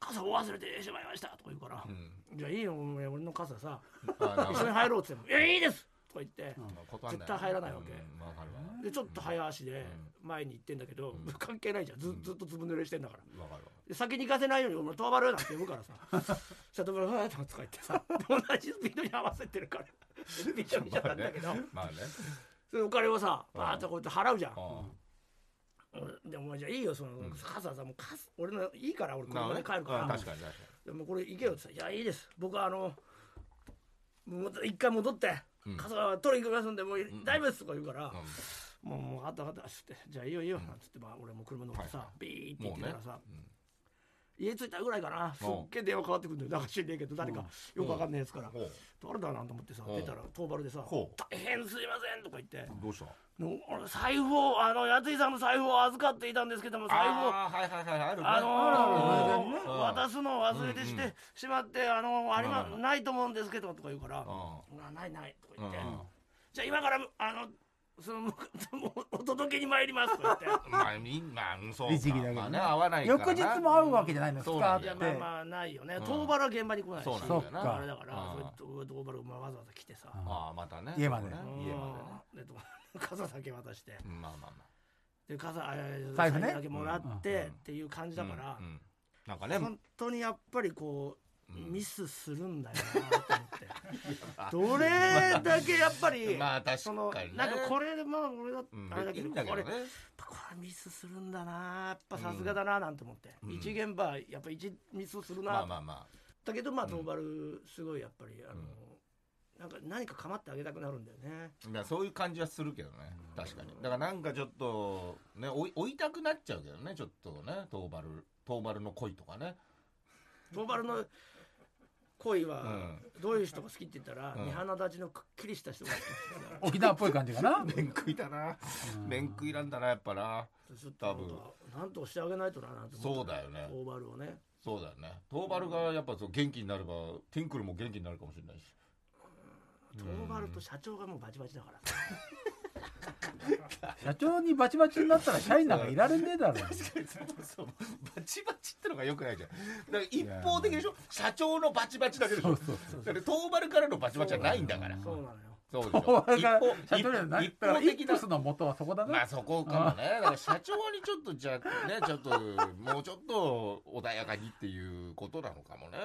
Speaker 3: 傘を忘れてしまいましたとか言うから、
Speaker 2: うん
Speaker 3: じゃあいいよ、お前俺の傘さ、
Speaker 2: あなん
Speaker 3: 一緒に
Speaker 2: か
Speaker 3: 入ろうって言っても、いや、いいですとか言って、
Speaker 2: まあ断ん
Speaker 3: 絶対入らないわけ
Speaker 2: うんまあわかる
Speaker 3: で、ちょっと早足で前に行ってんだけど、 <laughs> 関係ないじゃん、ずずっとずぶ濡れしてんだから。
Speaker 2: わわか
Speaker 3: <laughs>
Speaker 2: るわ
Speaker 3: で先に行かせないように、お前、トーバルなんて呼ぶからさ、
Speaker 2: <laughs>
Speaker 3: シャトーバル、はーとか言ってさ、同じスピードに合わせて
Speaker 2: <laughs>
Speaker 3: るから、びちゃびちゃなんだけど、
Speaker 2: まあね
Speaker 3: それお金をさ、バーッとこうやって払うじゃん。
Speaker 2: あ
Speaker 3: 俺でもお前じゃあいいよその、傘さもう傘俺のいいから俺
Speaker 2: あなるほど
Speaker 3: 車で
Speaker 2: ね
Speaker 3: 帰るから
Speaker 2: あ確かに確か
Speaker 3: でもこれ行けよって言ったら「いやいいです僕はあのもう一回戻って傘は取りに行きますんでもう大丈夫です」とか言うから「もうもうあったあった」っつって「じゃあいいよいいよ」なんつってまあ俺も車乗ってさビーって行ってたらさ家着いたぐらいかなすっげえ電話かかってくるんだよなんか知んねえけど誰かよくわかんないやつから
Speaker 2: ほう
Speaker 3: 誰だなと思ってさ出たら遠原でさ
Speaker 2: ほう
Speaker 3: 「大変すいません」とか言って
Speaker 2: にどうした
Speaker 3: の俺財布をあのやついさんの財布を預かっていたんですけども財布を
Speaker 2: あーはいはいはいはいあるね
Speaker 3: あ
Speaker 4: あ
Speaker 3: の
Speaker 4: るある
Speaker 3: ー
Speaker 2: うん
Speaker 3: 渡すのを忘れてし
Speaker 2: うんうん
Speaker 3: てしまって、あのーありま
Speaker 2: うん
Speaker 3: ないと思うんですけどとか言うから「
Speaker 2: う
Speaker 3: なないない」とか
Speaker 2: うん
Speaker 3: 言って
Speaker 2: うん
Speaker 3: 「じゃあ今からあのその <laughs> お届けに参ります」とか言って。
Speaker 2: まあみんなうんそうか
Speaker 4: 律儀だけどね
Speaker 2: まあね合わないからな
Speaker 4: 翌日も会うわけじゃないの
Speaker 2: そうなんだ
Speaker 3: いや
Speaker 2: よ
Speaker 4: 二
Speaker 3: ま
Speaker 4: 日
Speaker 3: あ
Speaker 4: って
Speaker 3: まあないよね、
Speaker 2: うん
Speaker 3: 遠原現場に来ないし
Speaker 2: そうなんだよ
Speaker 4: そっか
Speaker 2: な
Speaker 3: あれだから
Speaker 2: うん
Speaker 3: それ遠原がわざわざ来てさ、
Speaker 2: ああまたね
Speaker 4: 家まで
Speaker 2: そうね
Speaker 3: うん
Speaker 2: 家までね
Speaker 3: でと傘だけ渡して
Speaker 2: うんまあまあまあ
Speaker 3: で傘あいやいや
Speaker 4: 財布ね
Speaker 3: だけもらって、
Speaker 2: うん
Speaker 3: っていう感じだから、
Speaker 2: うんうんなんかね
Speaker 3: 本当にやっぱりこう、
Speaker 2: うん
Speaker 3: ミスするんだよな
Speaker 2: <laughs>
Speaker 3: と思ってどれだけやっぱり、
Speaker 2: まあ確
Speaker 3: その
Speaker 2: かにね
Speaker 3: なんかこれまあ俺だ、
Speaker 2: うん
Speaker 3: あれだ
Speaker 2: い
Speaker 3: け
Speaker 2: い
Speaker 3: ど
Speaker 2: んだけ
Speaker 3: こ
Speaker 2: ど
Speaker 3: れ
Speaker 2: ね
Speaker 3: やっぱこれミスするんだなやっぱさすがだななんて思って、
Speaker 2: うん
Speaker 3: 一現場やっぱ一ミスするな、
Speaker 2: まあまあま
Speaker 3: だけどまあ
Speaker 2: うん
Speaker 3: トーバルすごいやっぱりあの、なんか何か構ってあげたくなるんだよね
Speaker 2: あいやそういう感じはするけどね確かにだからなんかちょっとね追い追いたくなっちゃうけどねちょっとねトーバルトーバルの恋とかね
Speaker 3: トーバルの恋
Speaker 2: う
Speaker 3: は
Speaker 2: ん
Speaker 3: どういう人が好きって言ったら、
Speaker 2: うん
Speaker 3: 目鼻立ちのくっきりした人が好き
Speaker 4: 沖縄っぽい感じかな
Speaker 2: 面食いだな面食いなんだなやっぱな
Speaker 3: ちょっと
Speaker 2: 多
Speaker 3: なん
Speaker 2: 分
Speaker 3: かなんとかしてあげないとななんて
Speaker 2: そう
Speaker 3: だ
Speaker 2: だよね
Speaker 3: オーバルをね
Speaker 2: そうだよねトーバルがやっぱそう元気になればティンクルも元気になるかもしれないし
Speaker 3: トーバルと社長がもうバチバチだ
Speaker 2: <laughs>
Speaker 3: からさ
Speaker 4: 社長にバチバチになったら社員なんかいられねえだろ
Speaker 2: そうバチバチってのがよくないじゃんだから一方的でしょ社長のバチバチだけでしょだからトーバルからのバチバチはないんだから
Speaker 3: そうなのよ
Speaker 2: そうでし
Speaker 4: お前が
Speaker 2: ょ
Speaker 4: 社長じゃない
Speaker 2: 一
Speaker 4: だか
Speaker 2: 方
Speaker 4: らイッ
Speaker 2: 的
Speaker 4: プ
Speaker 2: な
Speaker 4: スの元はそこだ
Speaker 2: ま
Speaker 4: な
Speaker 2: あそこかもねだから社長にちょっとじゃあねちょっともうちょっと穏やかにっていうことなのかもね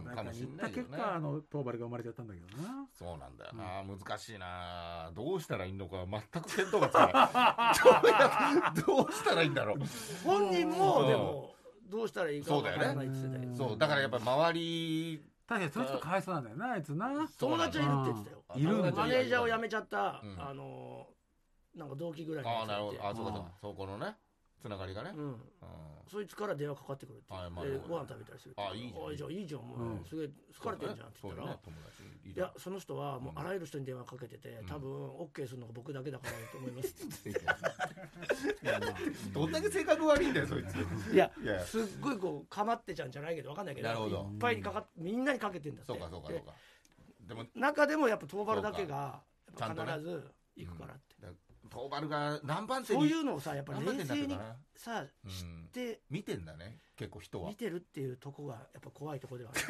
Speaker 2: うん
Speaker 4: なん
Speaker 2: か
Speaker 4: か
Speaker 2: もし
Speaker 4: 言
Speaker 2: れ
Speaker 4: っ
Speaker 2: な
Speaker 4: た
Speaker 2: いけ
Speaker 4: 結
Speaker 2: どね
Speaker 4: 果あのトーバルが生まれちゃったんだけどな
Speaker 2: そうなんだよな、難しいなどうしたらいいのか全く見当がつかないどうしたらいいんだろう
Speaker 3: 本人もでもどうしたらいいかわからないって言ってた
Speaker 4: そうだ
Speaker 3: よ
Speaker 4: よね
Speaker 2: そうだからやっぱり周り
Speaker 4: 確かにその人かわいそうなんだよなあ
Speaker 2: <laughs>
Speaker 4: いつな
Speaker 3: 友達はいるって言ってたよ
Speaker 2: あ
Speaker 4: いるんだ
Speaker 3: マネージャーを辞めちゃった、
Speaker 2: うん
Speaker 3: あのなんか同期ぐらいの
Speaker 2: あ
Speaker 3: や
Speaker 2: あ
Speaker 3: つ
Speaker 2: な
Speaker 3: が
Speaker 2: るほ
Speaker 3: いて
Speaker 2: どあそうかそうか
Speaker 4: うん
Speaker 2: そこのねつながりがね、
Speaker 3: うん
Speaker 2: うん
Speaker 3: そいつから電話かかってくるって、
Speaker 2: はいまあ
Speaker 3: で
Speaker 2: まあ
Speaker 3: ご飯食べたりするって
Speaker 2: あいいじゃん
Speaker 3: おじゃあいいじゃんもう、
Speaker 4: うん
Speaker 3: すげえ疲れてんじゃんって
Speaker 2: そ
Speaker 3: 言
Speaker 2: う
Speaker 3: っ
Speaker 2: だ
Speaker 3: た
Speaker 2: よ
Speaker 3: ら、
Speaker 2: ね友達い
Speaker 3: いやその人はもう
Speaker 2: うん
Speaker 3: あらゆる人に電話かけてて、多分 OK するのが僕だけだからだと思います
Speaker 2: <laughs> いやどんだけ性格悪いんだよそい
Speaker 3: いや
Speaker 2: ついや
Speaker 3: すっごいこうかまってちゃうんじゃないけどわかんないけど
Speaker 2: なるほど
Speaker 3: いっぱいにかかっみんなにかけてんだって
Speaker 2: そうかそうかそうかでも
Speaker 3: で中でもやっぱトーバルだけが
Speaker 2: そうか
Speaker 3: やっぱ
Speaker 2: ちゃ
Speaker 3: 必
Speaker 2: ん
Speaker 3: ず行くからって、
Speaker 2: だトーバルが何番手
Speaker 3: そう
Speaker 2: に
Speaker 3: いうのをさやっぱ
Speaker 2: 何番手
Speaker 3: 冷
Speaker 2: になって
Speaker 3: 静
Speaker 2: るか
Speaker 3: に
Speaker 2: な
Speaker 3: さ
Speaker 2: うん
Speaker 3: 知って
Speaker 2: 見てんだね結構人は
Speaker 3: 見てるっていうとこがやっぱ怖いとこ
Speaker 2: <laughs>
Speaker 3: ではある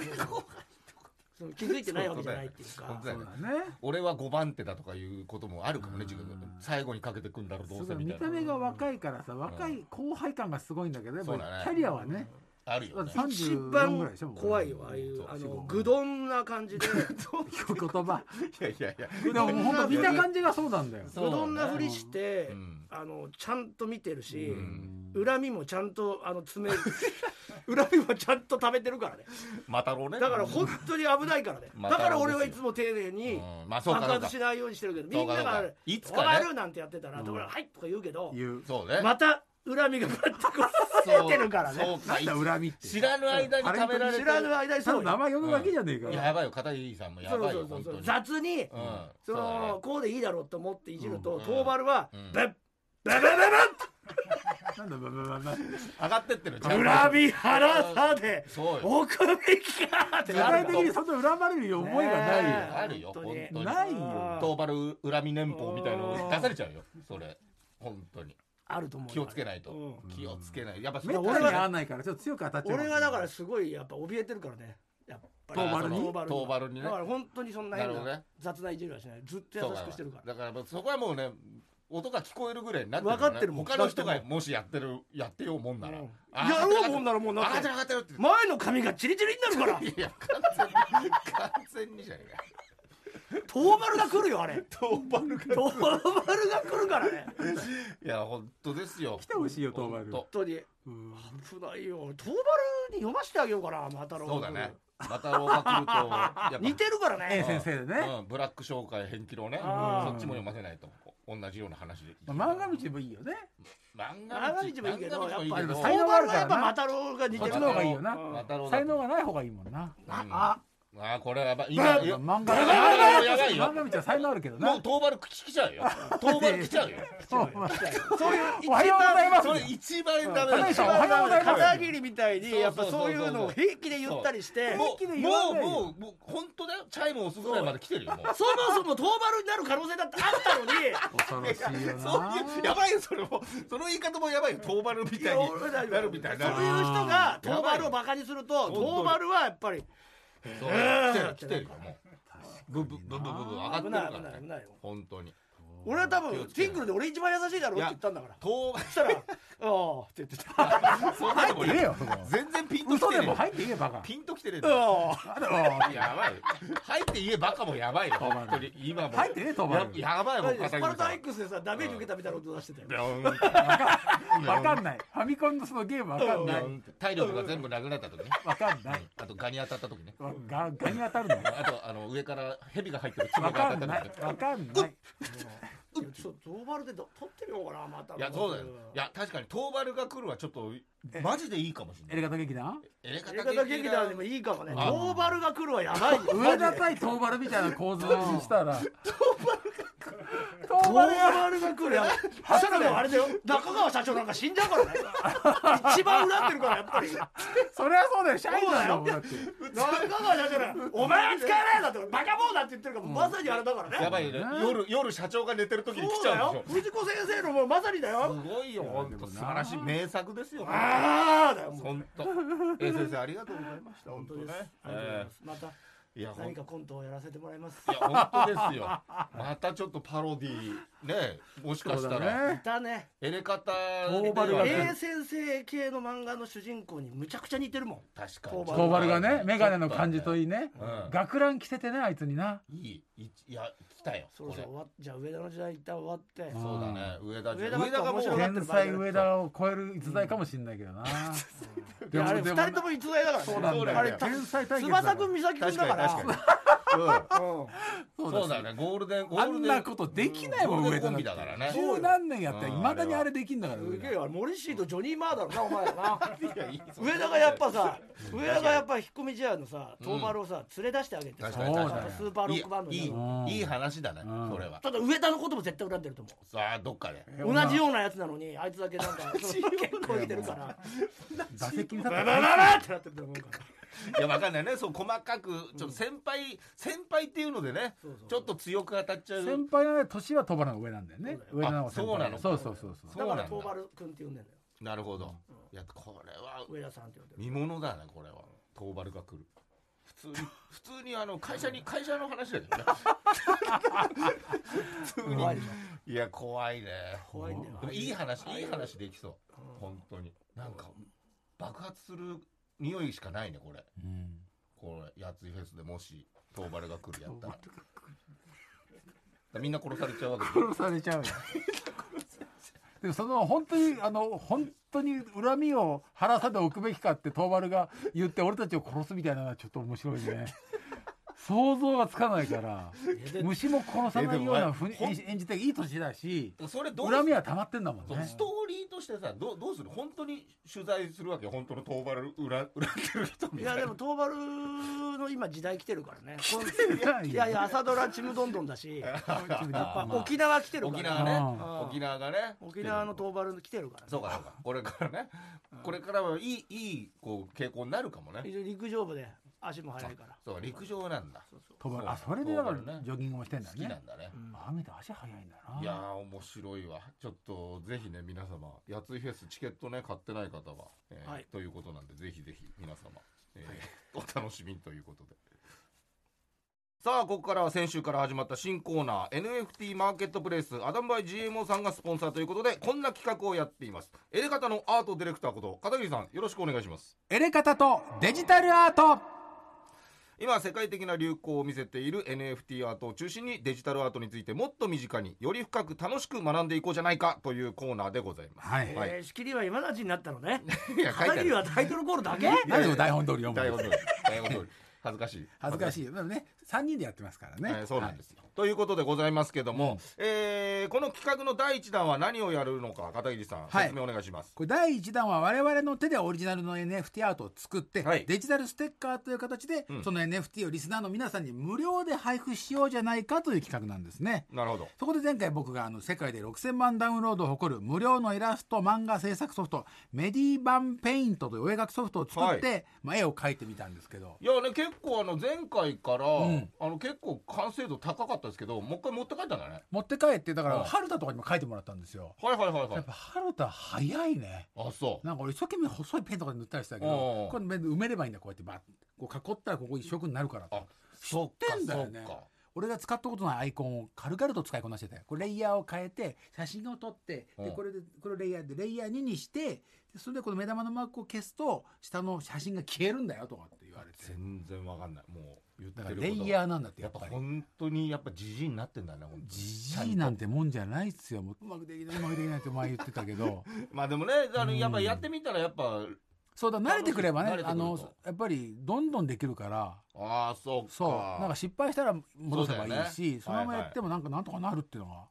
Speaker 3: その気づいてないわけじゃないっていう
Speaker 2: 本
Speaker 3: か
Speaker 2: 当だよ
Speaker 4: そう
Speaker 2: ね
Speaker 4: だね
Speaker 2: 俺は5番手だとかいうこともあるからね
Speaker 4: うん
Speaker 2: 自分で最後にかけてくんだろうどう
Speaker 4: す
Speaker 2: せ
Speaker 4: ごい
Speaker 2: み
Speaker 4: 見
Speaker 2: たい
Speaker 4: た
Speaker 2: な
Speaker 4: 目が若いからさ若い後輩感がすごいんだけどやっぱ
Speaker 2: そう
Speaker 4: り
Speaker 2: だね
Speaker 4: キャリアはね
Speaker 2: あるよね
Speaker 4: さ
Speaker 3: 一
Speaker 4: 34ぐらい
Speaker 3: 番
Speaker 4: でしょもう
Speaker 3: 怖いよああいう
Speaker 2: そう
Speaker 3: あ
Speaker 4: 45
Speaker 3: の愚鈍な
Speaker 2: <laughs>
Speaker 3: 感じで
Speaker 4: 聞く言葉
Speaker 2: いやいやいや
Speaker 4: でも本当見た感じがそうなんだよ
Speaker 2: そ
Speaker 3: 愚
Speaker 2: う
Speaker 3: 鈍なふりして、
Speaker 2: うん
Speaker 3: あのちゃんと見てるし、
Speaker 2: ん
Speaker 3: 恨みもちゃんとあの詰
Speaker 2: <laughs>
Speaker 3: め恨みもちゃんと食べてるからね
Speaker 2: またろうね
Speaker 3: だから本当に危ないからね
Speaker 2: ま
Speaker 3: だ
Speaker 2: た
Speaker 3: から俺はいつも丁寧に
Speaker 2: うんまあそう
Speaker 3: 爆
Speaker 2: かそう
Speaker 3: 発
Speaker 2: か
Speaker 3: しないようにしてるけどみ
Speaker 2: そ
Speaker 3: ん
Speaker 2: うか
Speaker 3: なが
Speaker 2: そうか
Speaker 3: 「
Speaker 2: いつ
Speaker 3: 止
Speaker 2: かね
Speaker 3: まる!」なんてやってたら「ところがはい!」とか言うけど
Speaker 4: 言う
Speaker 2: そうね
Speaker 3: また恨みがバッてこ
Speaker 2: <laughs>
Speaker 3: う
Speaker 2: そう
Speaker 3: 出てるからね
Speaker 2: そうか
Speaker 4: なんだ恨みって
Speaker 2: 知らぬ間に食べられて
Speaker 3: 知らぬ間に
Speaker 4: た
Speaker 3: そ
Speaker 4: だ
Speaker 3: う
Speaker 4: 名
Speaker 3: よ
Speaker 4: 前呼ぶだけじゃねえか
Speaker 2: いや
Speaker 4: ら
Speaker 2: やばいよ片桐さんもや
Speaker 3: そう
Speaker 2: ばい
Speaker 3: そ
Speaker 2: よ
Speaker 3: うそう
Speaker 2: 本当
Speaker 3: そう
Speaker 2: に
Speaker 3: 雑に、
Speaker 2: うん
Speaker 3: そ
Speaker 2: そうだ
Speaker 3: の
Speaker 2: ね
Speaker 3: こうでいいだろうと思っていじると、
Speaker 2: ん
Speaker 3: トーバルは、
Speaker 2: ん
Speaker 3: べっべべべ
Speaker 4: なんだブブブブ
Speaker 2: 上がってってるち
Speaker 3: べ
Speaker 2: ゃんと
Speaker 3: 恨み腹さで
Speaker 2: そうよ
Speaker 3: 奥行きかって
Speaker 4: 具
Speaker 3: な
Speaker 4: 体
Speaker 3: る
Speaker 4: 的にそんな恨まれる思いがないよ
Speaker 3: ね
Speaker 2: あるよ
Speaker 3: 本当に
Speaker 2: 本当に
Speaker 4: ないよ
Speaker 2: トーバル恨み年俸みたいの出されちゃうよそれ本当に
Speaker 3: あると思う
Speaker 2: 気をつけないと
Speaker 3: う
Speaker 2: 気をつけないやっぱ
Speaker 4: めったに
Speaker 3: 俺
Speaker 4: 合
Speaker 3: は
Speaker 4: わないからちょっと強く当たっちゃう
Speaker 3: 俺はだからすごいやっぱ怯えてるからねやっぱり
Speaker 4: トーバルに
Speaker 3: トーバル
Speaker 2: トーバルにね
Speaker 3: だから本当にそんな変
Speaker 2: なるほど
Speaker 3: な
Speaker 2: ね
Speaker 3: 雑ないじりはしないずっと優
Speaker 2: そう
Speaker 3: し
Speaker 2: だ
Speaker 3: くしてるから
Speaker 2: だからやっぱそこはもうね音が聞こえるぐらいになってるよね
Speaker 3: 分かってるもん
Speaker 2: 他の人がもしやってるやってようもんなら
Speaker 3: うん
Speaker 2: あ
Speaker 3: やろうもんならもうな
Speaker 2: 上が
Speaker 3: っ
Speaker 2: って
Speaker 3: て
Speaker 2: る上がってるって
Speaker 3: 前の髪がチリチリになるから
Speaker 2: いや完全に完全にじゃねえか
Speaker 3: トーバルが来るよあれ
Speaker 2: トーバルが
Speaker 3: トーバルが来るからね本
Speaker 2: いや本当ですよ来
Speaker 4: てほしいよトーバル
Speaker 3: 当に
Speaker 4: うん
Speaker 3: 危ないよトーバルに読ませてあげようかなマタロウ
Speaker 2: そうだねまたローが来るとやっぱ
Speaker 3: 似てるから
Speaker 4: A
Speaker 3: ね
Speaker 4: 先生でね
Speaker 2: うん、ブラック紹介返記のねそ
Speaker 3: あー
Speaker 2: っちも読ませないと同じような話で
Speaker 4: まあ漫画道でもいいよね
Speaker 2: 漫
Speaker 3: 長
Speaker 2: 画
Speaker 3: 道
Speaker 2: 道
Speaker 3: もいいけどやっぱ
Speaker 2: 漫
Speaker 3: り
Speaker 2: 画道
Speaker 3: ト
Speaker 2: もいいけ
Speaker 3: ー
Speaker 4: 才能
Speaker 3: バルはやっぱ
Speaker 4: あ
Speaker 3: マ
Speaker 4: る
Speaker 3: タロウが似
Speaker 2: ど
Speaker 3: て
Speaker 4: そっ
Speaker 3: る
Speaker 4: ち
Speaker 3: の
Speaker 4: の方
Speaker 3: が
Speaker 4: が
Speaker 3: いい
Speaker 4: いいよな
Speaker 2: マタロウだと
Speaker 4: 才能がない方がいいもんな
Speaker 2: うん
Speaker 3: あ
Speaker 2: あーこれはやばい今いや
Speaker 4: 漫
Speaker 2: こ
Speaker 4: 画
Speaker 2: れはやばいよ
Speaker 4: 漫画見ちゃ才能あるけど
Speaker 2: も
Speaker 4: な
Speaker 2: う。当番来ちゃうよ当番来ちゃうよ
Speaker 4: そう
Speaker 2: そういう
Speaker 4: おはようございます
Speaker 2: それ一番ダメ
Speaker 4: 高
Speaker 2: だ
Speaker 4: 橋さんおはようございます
Speaker 3: 片桐みたいにやっぱ
Speaker 2: そうそうそうそう
Speaker 3: そういうのを平気で言ったりして
Speaker 2: も
Speaker 4: 平気
Speaker 2: う
Speaker 4: で言わないよ
Speaker 2: もうもうもう本当だよチャイム押すぐらいまで来てるよもう
Speaker 3: そもそも遠丸になる可能性だってあったのに
Speaker 4: 恐ろしいよ
Speaker 2: そう
Speaker 4: な。
Speaker 2: いうやばいよそれもその言い方もやばいよ遠丸み
Speaker 3: い
Speaker 2: <laughs> たい
Speaker 3: や
Speaker 2: に
Speaker 3: 俺だ
Speaker 2: なるみたいになる
Speaker 3: そういう人が遠丸をバカにすると
Speaker 2: やばいよ
Speaker 3: 遠丸はやっぱり
Speaker 2: そう
Speaker 3: えー
Speaker 2: 来てる来てるよもうブブブブブブ上がって
Speaker 3: 危
Speaker 2: る
Speaker 3: ない
Speaker 2: か
Speaker 3: 危な
Speaker 2: ら
Speaker 3: い危
Speaker 2: ね
Speaker 3: ないよ
Speaker 2: 本当に
Speaker 3: 俺は多
Speaker 2: 気を
Speaker 3: 分
Speaker 2: つけな
Speaker 3: ティンクルで俺一番優しいだろうって言ったんだから
Speaker 2: 遠丸 <laughs>
Speaker 3: そしたら「ああ」って言ってた「あ
Speaker 2: そんなのも
Speaker 4: 入ってねえよ <laughs> そこ
Speaker 2: 全然ピンとき
Speaker 4: 嘘
Speaker 2: て
Speaker 4: で
Speaker 2: ねえ
Speaker 4: も
Speaker 2: よ
Speaker 4: 入っていいよバカ。
Speaker 2: ピンときてねえんだよ
Speaker 3: あ
Speaker 2: やばい入って家バカもやばいよ
Speaker 4: 遠丸
Speaker 2: 本当に今も
Speaker 4: 入ってねえ遠丸
Speaker 2: ややば」いもん
Speaker 3: スパルタ
Speaker 2: ん
Speaker 3: X でさダメージ受けたみたいな音出してたよ
Speaker 2: ビョン
Speaker 4: わかんない。ファミコンのそのゲームわかん
Speaker 2: ビ
Speaker 4: な
Speaker 2: ョ
Speaker 4: い。
Speaker 2: ンって体力が全部なくなった時ね
Speaker 4: わかんない。
Speaker 2: あとガに当たった時ね
Speaker 4: わがガに当たるの。
Speaker 2: あとあの上から蛇が入ってる爪
Speaker 4: わ
Speaker 2: が
Speaker 4: か
Speaker 2: 当
Speaker 4: ん
Speaker 2: たっ
Speaker 4: な
Speaker 2: た
Speaker 4: い
Speaker 2: 時。
Speaker 4: わかんない。
Speaker 3: いやちょっと遠丸でど撮ってみようかなまた
Speaker 2: いやそうだよいや確かに遠丸が来るはちょっとマジでいいかもしれ
Speaker 4: エ
Speaker 2: ない
Speaker 4: レガタ劇団。
Speaker 2: エレ
Speaker 3: やり方劇団でもいいかもね
Speaker 2: あ
Speaker 3: 遠丸が来るはやばいよ
Speaker 4: 上田対東原みたいな構図にした
Speaker 3: 遠
Speaker 4: ら。東原が。
Speaker 3: 丸が来るやばいそしたらもうあれだよ中川社長なんか死んじゃうからね一番恨んでるからやっぱり
Speaker 4: そりゃそうだよ。社員なんだもんだって。
Speaker 3: 中川社長なんかお前は使えないだってバカボーだって言ってるからもうまさにあれだからね
Speaker 2: やばいね夜夜社長が寝てる時に来
Speaker 3: そう
Speaker 2: ち
Speaker 3: だ
Speaker 2: ゃう
Speaker 3: よ
Speaker 2: でし
Speaker 3: 藤子先生のもうまさにだ
Speaker 2: ょ
Speaker 3: よ
Speaker 2: すごいよ本当素晴らしい名作ですよ
Speaker 3: ああだよもう
Speaker 2: 本当え先生ありがとうございました本当ね
Speaker 3: ありがとうござい
Speaker 2: え
Speaker 3: ますまた
Speaker 2: えいやほん
Speaker 3: 何
Speaker 2: い
Speaker 3: かコントをやらせてもらいます
Speaker 2: や本当ですよまたちょっとパロディねもしか
Speaker 4: そう
Speaker 2: し
Speaker 4: だ
Speaker 2: たら
Speaker 4: ね。
Speaker 3: だね
Speaker 2: エレカタ
Speaker 4: 遠丸がね
Speaker 3: A 先生系の漫画の主人公にむちゃくちゃ似てるもん
Speaker 2: 確かに
Speaker 4: 東原がね、メガネの感じと
Speaker 2: い
Speaker 4: いいね。学ラン着せてね、あいつにな。
Speaker 2: いいいいや来たよ
Speaker 3: そろ
Speaker 2: こ
Speaker 3: そ
Speaker 2: れ
Speaker 3: ろ終わっじゃあ上田の時代一旦終わって
Speaker 4: ん
Speaker 2: そうだね上田
Speaker 3: 上田が
Speaker 2: 上田がもう
Speaker 3: 面白い
Speaker 4: 天才上田を超える逸材かもしれないけどな。
Speaker 3: いやあれ二人とも逸材だから
Speaker 4: そうなんだよ
Speaker 3: あれた
Speaker 4: 天才対決だから
Speaker 3: 翼くん美咲くん
Speaker 2: 確
Speaker 3: だ
Speaker 2: か
Speaker 3: か
Speaker 2: に
Speaker 3: ら
Speaker 2: 確かに、うん、そうだ
Speaker 4: だ
Speaker 2: ねゴールデンゴ
Speaker 4: あ
Speaker 2: ール
Speaker 4: ん
Speaker 2: デ
Speaker 4: な
Speaker 2: ン
Speaker 4: ことできないもん、
Speaker 2: ゴールデ
Speaker 4: 上
Speaker 2: ンコン
Speaker 4: 田なん
Speaker 2: ビ
Speaker 4: て
Speaker 2: だからね
Speaker 4: 十何年やっていまだにあれできんだから
Speaker 3: す
Speaker 4: 上
Speaker 3: げ
Speaker 4: 田
Speaker 3: えよモリシーとジョニー・マーだろなお前ら
Speaker 2: <laughs> い
Speaker 3: な
Speaker 2: や
Speaker 3: 上田がやっぱさ上田がやっぱ引っ込み思案のさ東丸をさ連れ出してあげてさ
Speaker 2: 確
Speaker 4: か
Speaker 2: か
Speaker 4: に
Speaker 2: に確
Speaker 4: 確か
Speaker 2: か
Speaker 4: に
Speaker 2: に
Speaker 3: スーパーロックバンド
Speaker 2: い
Speaker 3: に
Speaker 2: いいいい話だね、
Speaker 4: うん
Speaker 2: それは
Speaker 3: ただ上田のことも絶対恨んでると思う
Speaker 2: さあどっかで
Speaker 4: え
Speaker 3: 同じようなやつなのにあいつだけなんかその結構いてるから
Speaker 4: 打席に立っ
Speaker 3: ババ
Speaker 4: た
Speaker 3: ババってなってると思うから
Speaker 2: いやわかんないねそう細かくちょっと先輩、先輩っていうのでね
Speaker 3: そうそう
Speaker 2: ちょっと強く当たっちゃう
Speaker 4: 先輩の年は飛ばのが上なんだよね上田の方が先輩
Speaker 2: あそうなのか
Speaker 4: そうそうそうそう
Speaker 2: そうな
Speaker 3: だ
Speaker 2: ん
Speaker 3: か
Speaker 2: だ
Speaker 3: ら東丸君って呼んでんだよ
Speaker 2: なるほど、いやこれは
Speaker 3: 上田さんって呼んでる
Speaker 2: 見ものだねこれは遠丸が来る
Speaker 3: <laughs>
Speaker 2: 普通に普通にあの会社に会社の話だけどね普通に
Speaker 3: 怖いでし
Speaker 2: いや怖いね
Speaker 3: 怖いんだよ
Speaker 2: でもいい話いい話できそう本当になんか爆発する匂いしかないねこれ
Speaker 4: うん
Speaker 2: これやついフェスでもし東原が来るやったらみんな殺されちゃうわけ
Speaker 4: 殺されちゃうよ <laughs> でもその本当にあの本当に恨みを晴らさでおくべきかって東丸が言って俺たちを殺すみたいなのはちょっと面白
Speaker 2: <laughs>
Speaker 4: いね想像がつかないから虫も殺さないようなふうに
Speaker 2: えでもあれ
Speaker 4: 演じていい年だし
Speaker 2: でそれどう
Speaker 4: 恨みは溜まってんだもん
Speaker 2: そう
Speaker 4: ね
Speaker 2: ストーリーとしてさどうどうする本当に取材するわけ本当の東原裏裏裏切る人
Speaker 3: い
Speaker 2: みた
Speaker 3: や
Speaker 2: い
Speaker 3: で
Speaker 2: な
Speaker 3: も東丸の今時代来てるからねこん
Speaker 4: い
Speaker 3: いやいや朝ドラちむどんどんだしやっぱ沖縄来てるか
Speaker 2: 沖
Speaker 3: ら
Speaker 2: 縄
Speaker 4: う
Speaker 2: ね
Speaker 4: ん
Speaker 2: 沖縄がね
Speaker 3: 沖縄の東丸来てるから
Speaker 2: そうかそうかこれからねこれからはいいいいこう傾向になるかもね
Speaker 3: 非常に陸上部で足も速いから
Speaker 2: そう陸上なんだ
Speaker 4: 飛ば
Speaker 2: そう
Speaker 4: あそれでだから
Speaker 2: そうだよね
Speaker 4: ジョギングもしてんだ
Speaker 2: 好きな
Speaker 4: ね
Speaker 2: んだね
Speaker 4: あ見て足速いんだない
Speaker 2: やー面白いわちょっとぜひね皆様やついフェスチケットね買ってない方は、えー
Speaker 3: はい
Speaker 2: ということなんでぜひぜひ皆様、えーお楽しみにということでさあここからは先週から始まった新コーナー NFT マーケットプレイスアダムバイ GMO さんがスポンサーということでこんな企画をやっていますエレ方のアートディレクターこと片桐さんよろしくお願いします
Speaker 4: エレカタとデジタルアート
Speaker 2: 今世界的な流行を見せている NFT アートを中心にデジタルアートについてもっと身近により深く楽しく学んでいこうじゃないかというコーナーでございます
Speaker 4: はい
Speaker 2: はい
Speaker 3: えー仕切りは今立ちになったのね
Speaker 2: いや、書いてあ
Speaker 3: 片桐
Speaker 2: る。
Speaker 3: はタイトルコールだけ
Speaker 4: 何を台本通り読む
Speaker 2: 台
Speaker 4: の
Speaker 2: 本通り。台本通り。恥ずかしい。
Speaker 4: <laughs> 恥ずかし
Speaker 2: い。
Speaker 4: いよでもね3人でやってますからね、
Speaker 2: えーそうなんですよ、ということでございますけども、えーこの企画の第1弾は何をやるのか片桐さん、
Speaker 4: はい
Speaker 2: 説明お願いします
Speaker 4: これ第1弾は我々の手でオリジナルの NFT アートを作って、
Speaker 2: はい
Speaker 4: デジタルステッカーという形で、
Speaker 2: うん
Speaker 4: その NFT をリスナーの皆さんに無料で配布しようじゃないかという企画なんですね。
Speaker 2: なるほど
Speaker 4: そこで前回僕があの世界で6000万ダウンロードを誇る無料のイラスト漫画制作ソフトメディバンペイントというお絵描きソフトを作って、
Speaker 2: は
Speaker 4: まあ、絵を描いてみたんですけど
Speaker 2: いやね結構あの前回から、
Speaker 4: ん
Speaker 2: あの結構完成度高かったですけどもう一回持って帰ったんだね
Speaker 4: 持って帰ってだから
Speaker 2: はい
Speaker 4: 春田とかにも描いてもらったんですよ。
Speaker 2: はいはいはいは
Speaker 4: やっ
Speaker 2: い
Speaker 4: ぱ春田早いね。
Speaker 2: あそう
Speaker 4: なんか俺一生懸命細いペンとかで塗ったりしたけ
Speaker 2: おうお
Speaker 4: ど
Speaker 2: う
Speaker 4: これ埋めればいいんだこうやってバッこう囲ったらここ一色になるから
Speaker 2: あ
Speaker 4: 知ってんだよね
Speaker 2: そっか
Speaker 4: 俺が使ったことないアイコンを軽々と使いこなしてたよこれレイヤーを変えて写真を撮ってで
Speaker 2: うん
Speaker 4: これでこれをレイヤーでレイヤー2にしてでそれでこの目玉のマークを消すと下の写真が消えるんだよとかって言われて
Speaker 2: 全然わかんないもう言って
Speaker 4: だから
Speaker 2: ること
Speaker 4: レイヤーなんだって
Speaker 2: や
Speaker 4: や
Speaker 2: っ
Speaker 4: っ
Speaker 2: ぱ
Speaker 4: ぱり
Speaker 2: 本当にやっぱじじいになってんだね本当に
Speaker 4: じじいなんてもんじゃないっすよもううまくできないうまくできないって前言ってたけど
Speaker 2: まあでもねあのやっぱやってみたらやっぱ
Speaker 4: そうだ慣れてくれば
Speaker 2: 慣れ
Speaker 4: ね
Speaker 2: てく
Speaker 4: あ
Speaker 2: ると
Speaker 4: のやっぱりどんどんできるから
Speaker 2: ああそうか
Speaker 4: そうなんか失敗したら戻せばいい
Speaker 2: そうだよ
Speaker 4: し
Speaker 2: ね
Speaker 4: そ,、のままやってもなんかなんとかなるっていうのが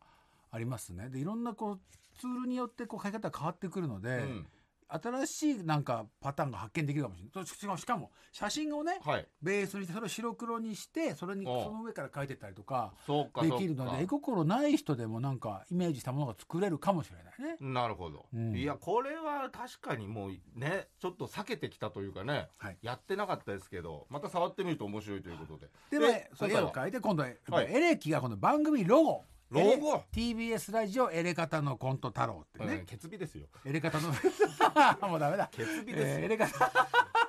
Speaker 4: ありますね。でいろんなこうツールによってこう書き方が変わってくるので、
Speaker 2: うん
Speaker 4: 新しいなんかパターンが発見できるかもしれない。としかもしかも写真をね
Speaker 2: はい
Speaker 4: ベースにしてそれを白黒にしてそれにそ
Speaker 2: おう
Speaker 4: の上から書いてったりとか
Speaker 2: そうか
Speaker 4: できる
Speaker 2: そ
Speaker 4: の
Speaker 2: うか
Speaker 4: で絵心ない人でもなんかイメージしたものが作れるかもしれないね。
Speaker 2: なるほど、
Speaker 4: うん
Speaker 2: いやこれは確かにもうねちょっと避けてきたというかね、
Speaker 4: はい
Speaker 2: やってなかったですけどまた触ってみると面白いということで
Speaker 4: で、まあ
Speaker 2: え
Speaker 4: その
Speaker 2: 今回
Speaker 4: 絵を
Speaker 2: は
Speaker 4: 描いて今度は
Speaker 2: はい
Speaker 4: エレキがこの番組ロゴ。
Speaker 2: ロゴ
Speaker 4: エレ TBS ラジオエレカタのコント太郎ってね、
Speaker 2: うん、決日ですよ
Speaker 4: エレカタの <laughs> もうダメだ。
Speaker 2: 決日ですよ、
Speaker 4: えー、エレカタ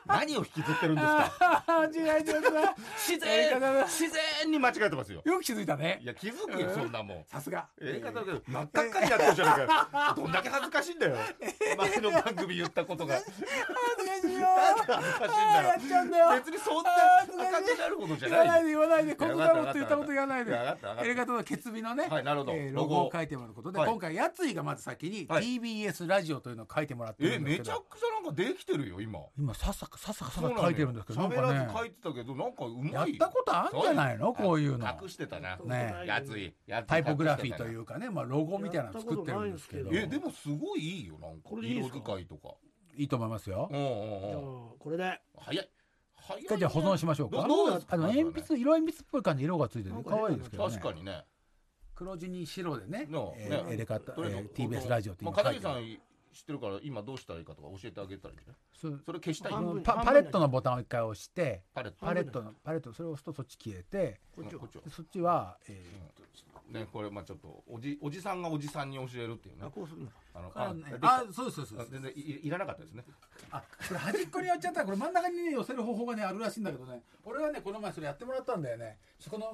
Speaker 2: 何を引きずってるんですか
Speaker 4: <laughs> 間違えちゃった。
Speaker 2: 自
Speaker 4: エレ
Speaker 2: 然
Speaker 4: カタだ
Speaker 2: 自然に間違えてますよ
Speaker 4: よく気づいたね
Speaker 2: い。や気づくよ
Speaker 4: うん
Speaker 2: そんなもん
Speaker 4: さすが。
Speaker 2: ええ方だけど真っ赤っかになってるじゃないか <laughs> どんだけ恥ずかしいんだよ前の番組言ったことが
Speaker 4: 恥ずかしいよ
Speaker 2: なんで恥ずかしいんだ
Speaker 4: ー。
Speaker 2: よ
Speaker 4: やっちゃうんだよ。
Speaker 2: 別にそんな
Speaker 4: 恥ずかしい
Speaker 2: 赤くなることじゃ
Speaker 4: 言わ
Speaker 2: な
Speaker 4: ないい
Speaker 2: よ
Speaker 4: で言わないで、ここだろって言ったこと
Speaker 2: い
Speaker 4: 言
Speaker 2: や
Speaker 4: わ
Speaker 2: わかっ
Speaker 4: ない
Speaker 2: た
Speaker 4: で。
Speaker 2: わかったわかった
Speaker 4: エレカタの決備のね、
Speaker 2: はいなるほど
Speaker 4: えー
Speaker 2: ロ
Speaker 4: ロ
Speaker 2: ゴ
Speaker 4: ゴを書いてもらうことで、
Speaker 2: はい
Speaker 4: 今回やついがまず先に
Speaker 2: はい
Speaker 4: TBS ラジオというのを書いてもらって
Speaker 2: え
Speaker 4: るんで
Speaker 2: め
Speaker 4: すけ
Speaker 2: ち
Speaker 4: ど、
Speaker 2: ゃくちゃなんかできてるよ今
Speaker 4: 今さっさかさっさかさ
Speaker 2: そう
Speaker 4: っ
Speaker 2: な
Speaker 4: さ
Speaker 2: のよ
Speaker 4: か書いてるんですけど、なん
Speaker 2: 喋らず
Speaker 4: か
Speaker 2: 書
Speaker 4: ね、
Speaker 2: いてたけどなんかうま
Speaker 4: や
Speaker 2: い
Speaker 4: ったことあんじゃないのこういうの。
Speaker 2: 隠してたな
Speaker 4: ね
Speaker 2: やついやつい
Speaker 4: タイポグラフィーと
Speaker 2: 隠
Speaker 4: い
Speaker 2: して
Speaker 4: うかね、まあロゴみたいなの作ってるんですけ
Speaker 3: や
Speaker 4: ど、
Speaker 3: っ
Speaker 2: た
Speaker 3: たことない
Speaker 2: なえ
Speaker 3: ん
Speaker 2: でもすごいいいよなんか
Speaker 3: これでいいで
Speaker 2: 色
Speaker 3: すか
Speaker 2: 使いとか
Speaker 4: いいと思いますよ
Speaker 2: う。んうん
Speaker 3: じゃあ
Speaker 2: うん
Speaker 3: これで
Speaker 2: 早い早い
Speaker 4: 一回じゃあ保存しましょうか。
Speaker 2: どどうですか
Speaker 4: あの
Speaker 2: なんか
Speaker 4: 鉛
Speaker 2: ね
Speaker 4: 筆、色鉛筆っぽい感じ色がついてる
Speaker 3: なん。かね
Speaker 4: 可愛いですけどね。
Speaker 2: 確かにね
Speaker 4: 黒地に白でね。
Speaker 2: の
Speaker 4: えー
Speaker 2: ね
Speaker 4: エレカタ、
Speaker 2: とりあえず
Speaker 4: えー TBS ラジオって
Speaker 2: ま
Speaker 4: 今
Speaker 2: あ
Speaker 4: 書
Speaker 2: 片
Speaker 4: い
Speaker 2: 桐
Speaker 4: てる
Speaker 2: さん知ってるから今どうしたらいいかとか教えてあげたらいいんじゃない
Speaker 4: そう
Speaker 2: それ消したい
Speaker 4: あの
Speaker 3: 分
Speaker 4: パ
Speaker 3: 半分
Speaker 4: パレットのボタンを一回押して、
Speaker 2: パレット
Speaker 4: パレットのパレットそれを押すとそっち消えて、
Speaker 3: こっち
Speaker 2: こ
Speaker 3: を
Speaker 2: っちを
Speaker 4: でそっちはえー
Speaker 2: ねこれまあちょっとおじおじさんがおじさんに教えるっていうね
Speaker 3: あこうするのか
Speaker 2: あの
Speaker 4: あ
Speaker 2: あできた
Speaker 4: あそうですそうで
Speaker 2: あ
Speaker 4: すそうで
Speaker 2: 全
Speaker 4: す。
Speaker 2: 然いいいらなかったですね
Speaker 4: あこれ端っこにやっちゃったらこれ真ん中にね寄せる方法がねあるらしいんだけどね。俺はねこの前それやってもらったんだよね。そこの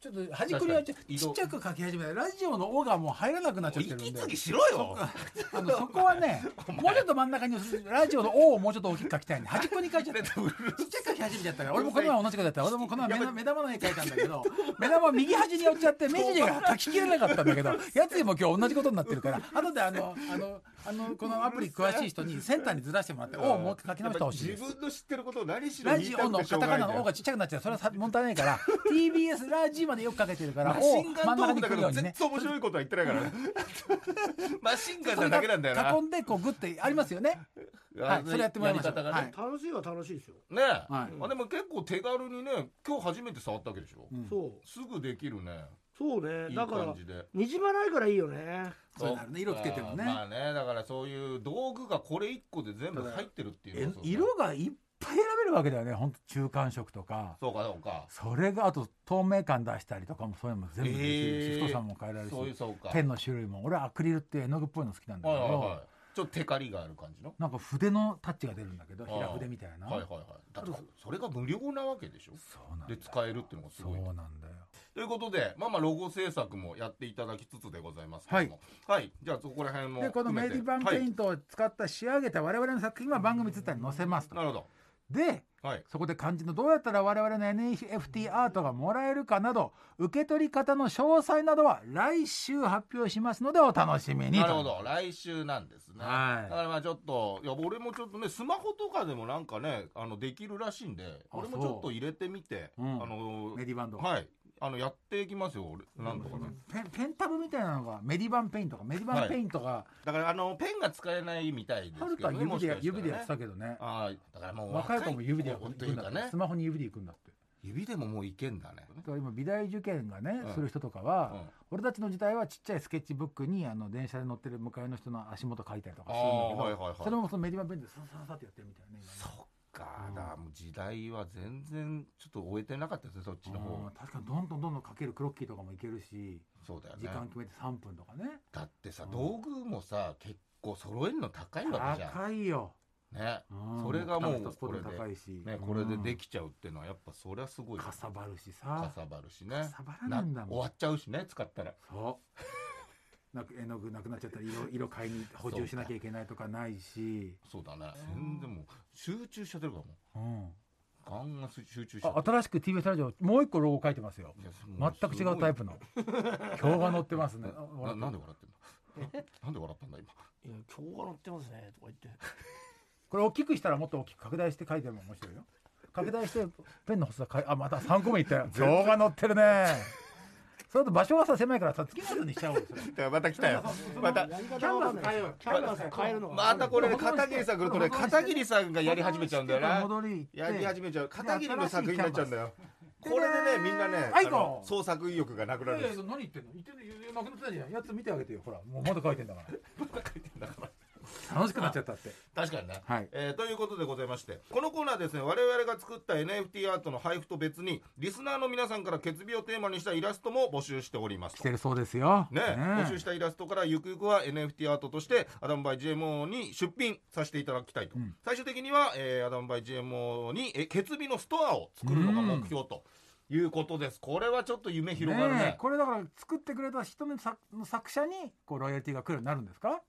Speaker 4: ちょっと端っこにやっち
Speaker 2: 確
Speaker 4: ゃ
Speaker 2: かに
Speaker 4: ち
Speaker 2: 移動
Speaker 4: っちゃく書き始めたラジオの「お」がもう入らなくなっちゃってるんで。
Speaker 2: 息継ぎしろよ
Speaker 4: あのそこ
Speaker 2: <laughs>
Speaker 4: はね、もうちょっと真ん中にラジオの「O」をもうちょっと大きく書きたいんで端っこに書いちゃったちっちゃく書き始めちゃったから俺もこの前同じことやった俺もこの前目の目玉の絵描いたんだけど目玉右端に寄っちゃって目尻が書ききれなかったんだけどやつにも今日同じことになってるから後であのあのあのこのアプリ詳しい人にセンターにずらしてもらって「O」をもう一回書き直してほしい
Speaker 2: やっ
Speaker 4: です
Speaker 2: ぱ。自分の知ってることを何しろ
Speaker 4: ラ
Speaker 2: 言い
Speaker 4: ジ
Speaker 2: た
Speaker 4: オ
Speaker 2: く
Speaker 4: の
Speaker 2: てしょ
Speaker 4: カ
Speaker 2: うが
Speaker 4: タ
Speaker 2: ないん
Speaker 4: カナ
Speaker 2: だ
Speaker 4: の「お」
Speaker 2: よ
Speaker 4: がちっちゃくなっちゃうそれはさもったいない
Speaker 2: <laughs>
Speaker 4: から TBS ラジオまでよくかけてるから
Speaker 2: マ
Speaker 4: 「
Speaker 2: シ
Speaker 4: お」
Speaker 2: ンガ
Speaker 4: 真
Speaker 2: ントーク
Speaker 4: ん中に
Speaker 2: だ
Speaker 4: 来
Speaker 2: か
Speaker 4: るよ
Speaker 2: ら
Speaker 4: うに
Speaker 2: 全
Speaker 4: ね。
Speaker 2: 然面白いことは言ってない
Speaker 4: <laughs>
Speaker 2: からねマシンガン
Speaker 4: そ
Speaker 2: な
Speaker 4: れ
Speaker 2: だけなんだよな
Speaker 4: が囲んでこうグッてありますよね。はいそれやってもらいましょう
Speaker 2: やり方がね
Speaker 3: 楽しいは楽しいですよ、
Speaker 2: ねえ、
Speaker 4: はい
Speaker 2: あでも結構手軽にね今日初めて触ったわけでしょ、
Speaker 4: うん
Speaker 3: そう
Speaker 2: すぐできるね
Speaker 3: そうね
Speaker 2: いい
Speaker 3: だから
Speaker 2: 感じで
Speaker 3: にじまないからいいよね
Speaker 4: そうなるね色つけてもね
Speaker 2: あーまあねだからそういう道具がこれ一個で全部入ってるっていう
Speaker 4: え
Speaker 2: のが
Speaker 4: 色がいっぱい選べるわけだよね本当中間色とか
Speaker 2: そうかそうか
Speaker 4: それがあと透明感出したりとかもそういうのも全部できるし、
Speaker 2: えー
Speaker 4: 太さも変えられるし
Speaker 2: そういうそうか
Speaker 4: ペンの種類も俺はアクリルっていう絵の具っぽいの好きなんだ
Speaker 2: は
Speaker 4: け
Speaker 2: い
Speaker 4: ど、
Speaker 2: はいはいちょっとテカリがある感じの
Speaker 4: なんか筆のタッチが出るんだけど
Speaker 2: あー
Speaker 4: 平筆みたいな、
Speaker 2: はいはいはいだってそれが無料なわけでしょ
Speaker 4: そうなんだ
Speaker 2: で
Speaker 4: よ
Speaker 2: 使えるっていうのがす
Speaker 4: そ
Speaker 2: ご
Speaker 4: う
Speaker 2: いね
Speaker 4: なんだよ
Speaker 2: ということでまあまあロゴ制作もやっていただきつつでございますけどもはい、じゃあそこら辺も
Speaker 4: でこのメディバンペイ
Speaker 2: ン、
Speaker 4: ントを使った仕上げた我々の作品は番組ツイッターに載せますと、
Speaker 2: はいなるほど
Speaker 4: で
Speaker 2: はい。
Speaker 4: そこで漢字のどうやったら我々の NFT アートがもらえるかなど受け取り方の詳細などは来週発表しますのでお楽しみにと
Speaker 2: なるほど。来週なんですね。
Speaker 4: はい
Speaker 2: だからまあちょっと、いや、俺もちょっとね、スマホとかでもなんかね、あの、できるらしいんで、俺もちょっと入れてみて、あ
Speaker 4: うん
Speaker 2: の、
Speaker 4: メディバンド、
Speaker 2: はい。あの、やっていきますよ、俺。なんとかね。
Speaker 4: ペンペンタブみたいなのがメディバンペインとかメディバンペインとか、
Speaker 2: だから、あの、ペンが使えないみたいです
Speaker 4: はる
Speaker 2: け
Speaker 4: か
Speaker 2: ど
Speaker 4: は
Speaker 2: ね。
Speaker 4: 指で
Speaker 2: もしかした
Speaker 4: や、
Speaker 2: らね
Speaker 4: 指でやってたけどね
Speaker 2: ああ、だからもう
Speaker 4: 若い子も指で
Speaker 2: 若い子
Speaker 4: 行
Speaker 2: と
Speaker 4: く
Speaker 2: い
Speaker 4: ん
Speaker 2: う
Speaker 4: だ
Speaker 2: か
Speaker 4: って、
Speaker 2: ね
Speaker 4: ス。マホに指で行くんだって
Speaker 2: 指でももういけんだね。
Speaker 4: だから今美大受験がね、
Speaker 2: うん
Speaker 4: する人とか
Speaker 2: う
Speaker 4: は、
Speaker 2: ん
Speaker 4: 俺たちの時代はちっちゃいスケッチブックにあの電車で乗ってる向かいの人の足元書いたりとかするんだけど、
Speaker 2: あーはいはいはい
Speaker 4: それもそのメディバンペインでササササってやってるみたいなね
Speaker 2: そっか、
Speaker 4: うん
Speaker 2: だからもう時代は全然ちょっと終えてなかったですね、そっち
Speaker 4: 今
Speaker 2: の方。
Speaker 4: うん確かにどんどんどんどんかけるクロッキーとかもいけるし
Speaker 2: そうだよ
Speaker 4: 時
Speaker 2: ね。
Speaker 4: 間決めて3分とかね
Speaker 2: だってさ
Speaker 4: う、ん
Speaker 2: 道具もさ、結構揃えるの高いわけじゃ
Speaker 4: 高いよ、
Speaker 2: ん。ね。
Speaker 4: うん
Speaker 2: それがもう
Speaker 4: タフとスポット
Speaker 2: これで
Speaker 4: 高いし、
Speaker 2: ね、これででき
Speaker 4: き、
Speaker 2: ちゃうっていうのはやっぱそりゃすごいよ。
Speaker 4: かさばるし
Speaker 2: か
Speaker 4: さ
Speaker 2: さばるし
Speaker 4: か
Speaker 2: ね。
Speaker 4: さばらないんだ
Speaker 2: な
Speaker 4: も
Speaker 2: 終
Speaker 4: ん
Speaker 2: わっちゃうしね、使ったら。
Speaker 4: そう。なんか絵の具なくなっちゃったら色色買いに補充しなきゃいけないとかないし、
Speaker 2: そうだね。
Speaker 4: うん
Speaker 2: 全然もう集中しちゃってるからもう。
Speaker 4: うん、
Speaker 2: ガンガン集中しちゃ
Speaker 4: あ
Speaker 2: って
Speaker 4: 新しく TBS ラジオもう一個ロゴ書いてますよ
Speaker 2: るいやもう
Speaker 4: 全く違うタイプの
Speaker 2: <laughs>
Speaker 4: 表が載ってます
Speaker 2: すご
Speaker 4: ね
Speaker 2: いなななんで笑ってんのなんで笑ったんだ今。
Speaker 3: いや今日は乗ってますねとか言って
Speaker 4: これ大きくしたらもっと大きく拡大して書いても面白いよ拡大してペンの細さかいあまた3個目いっ
Speaker 2: <laughs>
Speaker 4: たよ表が載ってるねそれと場所がさ狭いからさ月のようにしちゃおうよそれ
Speaker 2: だからまた来たよ。また。
Speaker 3: キ
Speaker 4: キャンバス変えようキャンバス
Speaker 3: 変えるのが
Speaker 2: またこれね片桐さん来るとね片桐さんが <laughs> やり始めちゃうんだよな
Speaker 4: 戻り行って
Speaker 2: やり始めちゃう片桐の作品になっちゃうんだよ
Speaker 4: 新しいキャンバス
Speaker 2: これでねみんなね
Speaker 4: はい
Speaker 2: あの
Speaker 4: こう
Speaker 2: 創作意欲がなく
Speaker 4: い
Speaker 2: な
Speaker 4: や
Speaker 2: る
Speaker 4: い
Speaker 2: ん
Speaker 4: や
Speaker 2: です
Speaker 4: 何言ってんの言ってんの言うなくなってたじゃんやつ見てあげてよほらもうまだ書いてんだから楽しくなっちゃっ
Speaker 2: <laughs>
Speaker 4: たって
Speaker 2: 確かにね、
Speaker 4: はい
Speaker 2: えーということでございましてこのコーナーですね我々が作った NFT アートの配布と別にリスナーの皆さんから決備をテーマにしたイラストも募集しております
Speaker 4: 来てるそうですよ
Speaker 2: ね
Speaker 4: え
Speaker 2: 募集したイラストからゆくゆくは NFT アートとしてアダムバイ GMO に出品させていただきたいと、
Speaker 4: うん
Speaker 2: 最終的には、えーアダムバイ GMO にえケツビのストアを作るのが目標ということですこれはちょっと夢広がるね
Speaker 4: えこれだから作ってくれた人の作の作者にこうロイヤリティが来るようになるんですか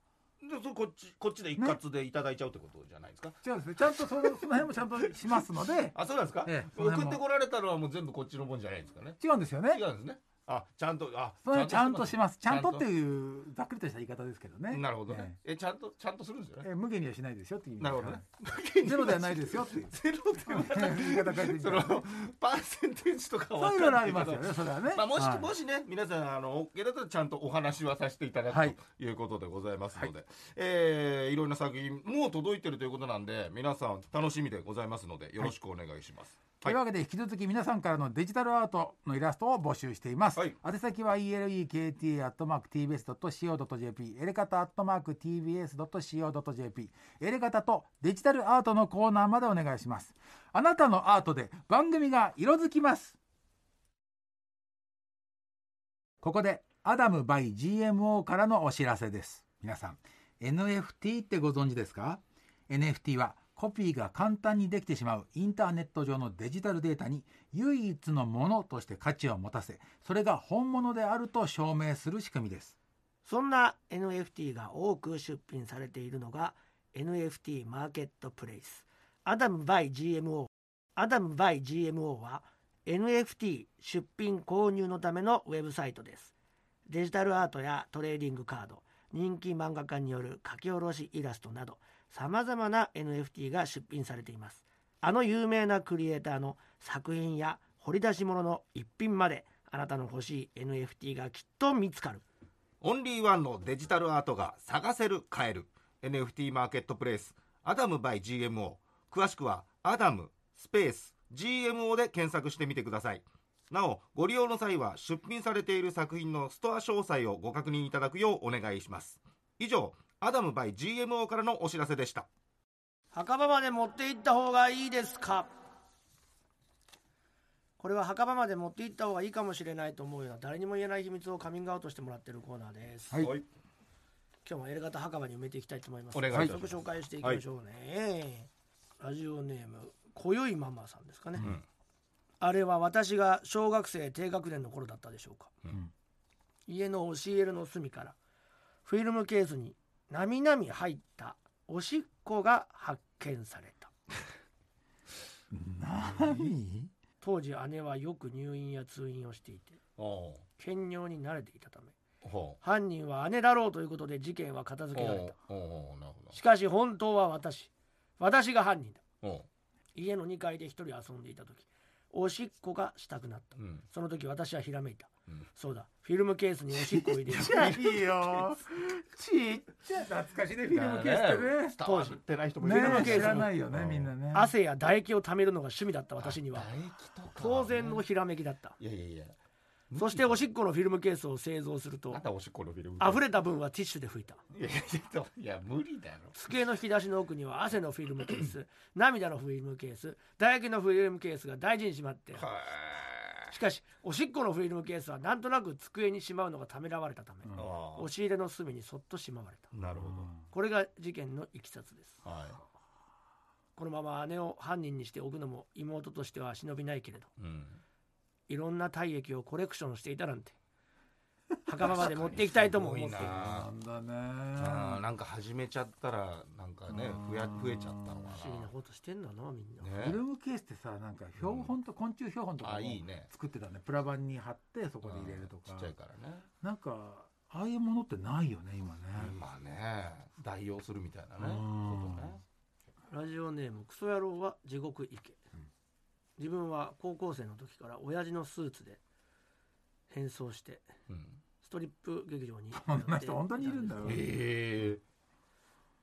Speaker 2: でそれこっちこっちで一括でいただいちゃうってことじゃないですか、
Speaker 4: 違うんですねちゃんとそのその辺もちゃんとしますの
Speaker 2: <laughs>
Speaker 4: で
Speaker 2: あそうなんですか、
Speaker 4: ええその
Speaker 2: 送
Speaker 4: 辺
Speaker 2: っ
Speaker 4: も
Speaker 2: てこられたのはもう全部こっちのもんじゃないんですかね
Speaker 4: 違うんですよね
Speaker 2: 違うんですねあちゃんとあ
Speaker 4: それはちゃんとしますちゃんとって
Speaker 2: う
Speaker 4: いうざっくりとした言い方ですけどね
Speaker 2: なるほどね、
Speaker 4: え
Speaker 2: えちゃんとちゃんとするんですよ
Speaker 4: え
Speaker 2: ね
Speaker 4: ええ無限にはしないですよっていう意味
Speaker 2: なるほどね
Speaker 4: はいゼロではないです
Speaker 2: <laughs>
Speaker 4: よっていう
Speaker 2: ゼロではな
Speaker 4: 言い方変えてみ
Speaker 2: い
Speaker 4: て
Speaker 2: そのパーセンテージとかは
Speaker 4: そうい
Speaker 2: 分かん
Speaker 4: うのが
Speaker 2: な
Speaker 4: あ
Speaker 2: い
Speaker 4: り
Speaker 2: けど
Speaker 4: ますよねそれはね
Speaker 2: まあ、もし、
Speaker 4: はい
Speaker 2: もしね、皆さん、あの、OK だったらちゃんとお話はさせていただく、
Speaker 4: はい
Speaker 2: ということでございますので、えーいろんな作品もう届いてるということなんで、皆さん楽しみでございますので、よろしくお願いします。
Speaker 4: というわけで引き続き皆さんからのデジタルアートのイラストを募集しています、
Speaker 2: はい
Speaker 4: 宛先は elekt.tbs.co.jp エレカタ .tbs.co.jp エレカタとデジタルアートのコーナーまでお願いしますあなたのアートで番組が色づきますここでアダム by GMO からのお知らせです皆さん NFT ってご存知ですか NFT はコピーが簡単にできてしまうインターネット上のデジタルデータに唯一のものとして価値を持たせそれが本物であると証明する仕組みです
Speaker 3: そんな NFT が多く出品されているのが NFT マーケットプレイスアダム by GMO アダム by GMO は NFT 出品購入のためのウェブサイトですデジタルアートやトレーディングカード人気漫画家による書き下ろしイラストなどさまざまな NFT が出品されていますあの有名なクリエイターの作品や掘り出し物の一品まであなたの欲しい NFT がきっと見つかる
Speaker 2: オンリーワンのデジタルアートが探せる、買える。NFT マーケットプレイス、アダム by GMO。詳しくは、アダム、スペース、GMO で検索してみてください。なお、ご利用の際は、出品されている作品のストア詳細をご確認いただくようお願いします。以上、アダム by GMO からのお知らせでした。
Speaker 3: 墓場まで持って行った方がいいですかこれは墓場まで持って行った方がいいかもしれないと思うような誰にも言えない秘密をカミングアウトしてもらってるコーナーです、
Speaker 4: はい
Speaker 2: はい
Speaker 3: 今日もエレガタ墓場に埋めていきたいと思います
Speaker 2: お願いいたしま
Speaker 3: 早
Speaker 2: す
Speaker 3: 速紹介していきましょうね、ラジオネームこよいママさんですかね、
Speaker 2: ん
Speaker 3: あれは私が小学生低学年の頃だったでしょうか、
Speaker 4: ん
Speaker 3: 家の押し入れの隅からフィルムケースになみなみ入ったおしっこが発見された
Speaker 4: 何
Speaker 3: 当時姉はよく入院や通院をしていて
Speaker 2: お
Speaker 3: 兼尿に慣れていたため
Speaker 2: うほ
Speaker 3: 犯人は姉だろうということで事件は片
Speaker 2: う
Speaker 3: 付
Speaker 2: お
Speaker 3: け
Speaker 2: う
Speaker 3: られた
Speaker 2: おうおうなるほど
Speaker 3: しかし本当は私私が犯人だ
Speaker 2: おう
Speaker 3: 家の2階で一人遊んでいた時おしっこがしたくなった
Speaker 2: うん
Speaker 3: その時私はひらめいた、
Speaker 2: うん
Speaker 3: そうだフィルムケースにおしっこを入れる
Speaker 2: <laughs>
Speaker 4: ちっちゃいよ。ちっちゃい。懐かしいね、フィルムケース
Speaker 2: 伝わってない人もい
Speaker 4: ね。
Speaker 2: るか
Speaker 4: ね
Speaker 2: も
Speaker 4: え
Speaker 2: しれ
Speaker 4: 知らないよね
Speaker 2: う、ん
Speaker 4: みんなね。
Speaker 3: 汗や唾液をためるのが趣味だった私には
Speaker 2: 唾液とかね
Speaker 3: 当然のひらめきだった
Speaker 2: いやいやいや
Speaker 3: そしておしっこのフィルムケースを製造すると
Speaker 2: あんたおしっこのフィルム
Speaker 3: 溢れた分はティッシュで拭いた
Speaker 2: いやいやちょっといや無理だろ
Speaker 3: 机の引き出しの奥には汗のフィルムケー
Speaker 2: <laughs>
Speaker 3: ス涙のフィルムケース唾液のフィルムケースが大事にしまって
Speaker 2: は
Speaker 3: しかしおしっこのフィルムケースはなんとなく机にしまうのがためらわれたため、
Speaker 4: うん
Speaker 2: ーあ
Speaker 3: 押し入れの隅にそっとしまわれた
Speaker 2: ーなるほ
Speaker 3: これが事件のいきさつです
Speaker 2: どはい
Speaker 3: このまま姉を犯人にしておくのも妹としては忍びないけれど
Speaker 2: うん
Speaker 3: いろんな体液をコレクションしていたなんて墓場まで持っていきたいとも思っている
Speaker 2: <laughs> すごいな
Speaker 4: なんだね。
Speaker 2: あーなんか始めちゃったらなんかね
Speaker 4: うん
Speaker 2: 増や増えちゃったのか
Speaker 3: 不思議なことしてんだなみんな、
Speaker 2: な
Speaker 4: フィル
Speaker 2: ね
Speaker 4: ムケースってさ、なんか標本と昆虫標本とか
Speaker 2: あ
Speaker 4: も
Speaker 2: いいね
Speaker 4: 作ってたね。プラ板に貼ってそこで入れると
Speaker 2: う
Speaker 4: か
Speaker 2: んちっちゃい。からね
Speaker 4: なんかああいうものってないよね、今ね。
Speaker 2: 今ね代用するみたいな
Speaker 4: う
Speaker 2: ね
Speaker 4: ん
Speaker 2: ことね
Speaker 3: ラジオネームクソ野郎は地獄行け、自分は高校生の時から親父のスーツで変装して
Speaker 2: うん
Speaker 3: ストリップ劇場に
Speaker 4: こんな人本当にいるんだよ
Speaker 2: え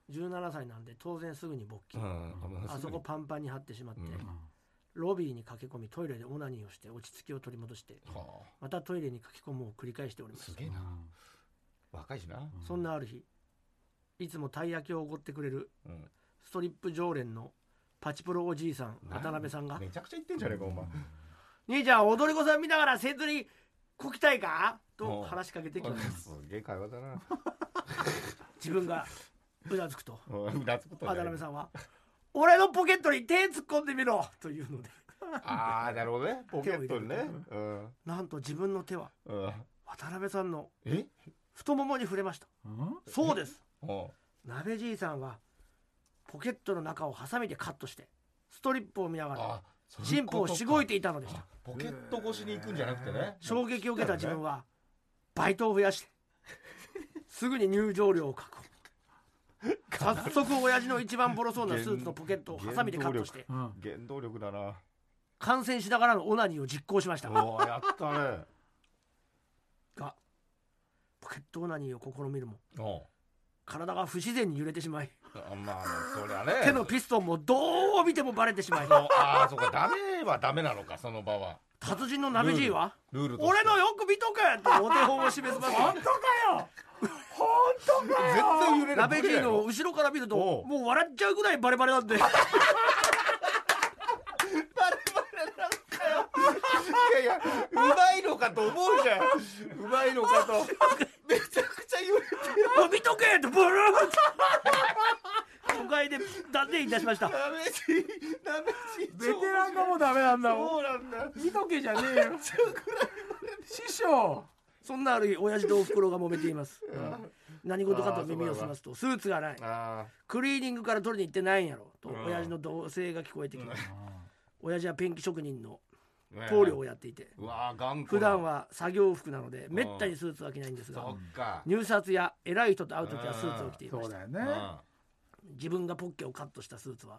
Speaker 3: 17歳なんで当然すぐに勃
Speaker 2: え
Speaker 3: 起、
Speaker 2: うん
Speaker 3: あそこパンパンに張ってしまって、
Speaker 2: うん
Speaker 3: ロビーに駆け込みトイレでオナニーをして落ち着きを取り戻して
Speaker 2: は
Speaker 3: またトイレに書き込むを繰り返しており
Speaker 2: あ
Speaker 3: まし
Speaker 2: す
Speaker 3: た
Speaker 2: げえな若いしな
Speaker 4: うん
Speaker 3: そんなある日いつもたい焼きをおごってくれる
Speaker 2: うん
Speaker 3: ストリップ常連のパチプロおじいさん渡辺さんが
Speaker 2: めちゃくちゃ言ってんじゃねえかお前
Speaker 3: 「兄ちゃん踊り子さん見ながらせずにこきたいか?」
Speaker 2: お
Speaker 3: と
Speaker 2: う
Speaker 3: 話しかけてきます
Speaker 2: すげえ会話だな
Speaker 3: 自分がうなず
Speaker 2: <laughs>
Speaker 3: くと
Speaker 2: うんうなずくこと
Speaker 3: 渡辺
Speaker 2: ん
Speaker 3: さんは「俺のポケットに手突っ込んでみろ!」というので
Speaker 2: ああなるほど
Speaker 3: <laughs>
Speaker 2: ねポケットにね
Speaker 3: 手を
Speaker 2: うん
Speaker 3: なんと自分の手は
Speaker 2: うん
Speaker 3: 渡辺さんの
Speaker 2: え
Speaker 3: 太ももに触れました
Speaker 4: うん
Speaker 3: そうです
Speaker 2: うん
Speaker 3: 鍋じいさんはポケットの中をハサミでカットしてストリップを見ながら
Speaker 2: あそうい
Speaker 3: チ
Speaker 2: う
Speaker 3: ン
Speaker 2: こと
Speaker 3: ポを
Speaker 2: か
Speaker 3: しごいていたのでした
Speaker 2: ポケット越しに行くんじゃなくてね
Speaker 3: 衝撃を受けた自分はバイトを増やしてすぐに入場料を確保早速親父の一番ボロそうなスーツのポケットをハサミでカットして
Speaker 4: うん
Speaker 2: 原動力だ
Speaker 3: <laughs>
Speaker 2: な
Speaker 3: 感染しながらのオナニーを実行しました
Speaker 2: おおやったね
Speaker 3: がポケットオナニーを試みるも
Speaker 2: お
Speaker 3: 体が不自然に揺れてしまい
Speaker 2: あまあそりゃね
Speaker 3: 手のピストンもどう見てもバレてしまい
Speaker 2: そうああそうかダメはダメなのかその場は
Speaker 3: 達人の鍋じいは
Speaker 2: ルール
Speaker 3: 「
Speaker 2: として
Speaker 3: 俺のよく見とけ!」とお手本を示します
Speaker 4: 本当かよ本当かよ
Speaker 2: 絶対揺れる
Speaker 3: 鍋じいの
Speaker 2: 無理
Speaker 3: 後ろから見ると
Speaker 2: お
Speaker 3: も
Speaker 2: う
Speaker 3: う笑っちゃうぐらいバレバレなんで
Speaker 2: だろいやいやうまいのかと思うじゃんうまいのかと <laughs> めちゃくちゃ揺れてる
Speaker 3: もう見とけってブルーッ都会で断念いたし
Speaker 2: <laughs>
Speaker 3: ました
Speaker 2: ダメしダメし
Speaker 4: ベテランがもうダメなんだもん
Speaker 2: そうなんだ
Speaker 4: 見とけじゃねえよ師匠
Speaker 3: そんなある日親父とおふくろが揉めています何事かと耳を澄ますとスーツがない
Speaker 2: あ
Speaker 3: クリーニングから取りに行ってないんやろと親父の同声が聞こえてきます親父はペンキ職人の
Speaker 2: あ
Speaker 3: 棟梁をやっていて
Speaker 2: うわー頑固
Speaker 3: 普段は作業服なのでめったにスーツは着ないんですが
Speaker 2: そっか
Speaker 3: 入札や偉い人と会う時はスーツを着ていま
Speaker 4: そ
Speaker 3: し
Speaker 4: う
Speaker 3: た
Speaker 4: だよね
Speaker 3: 自分がポッケをカットしたスーツは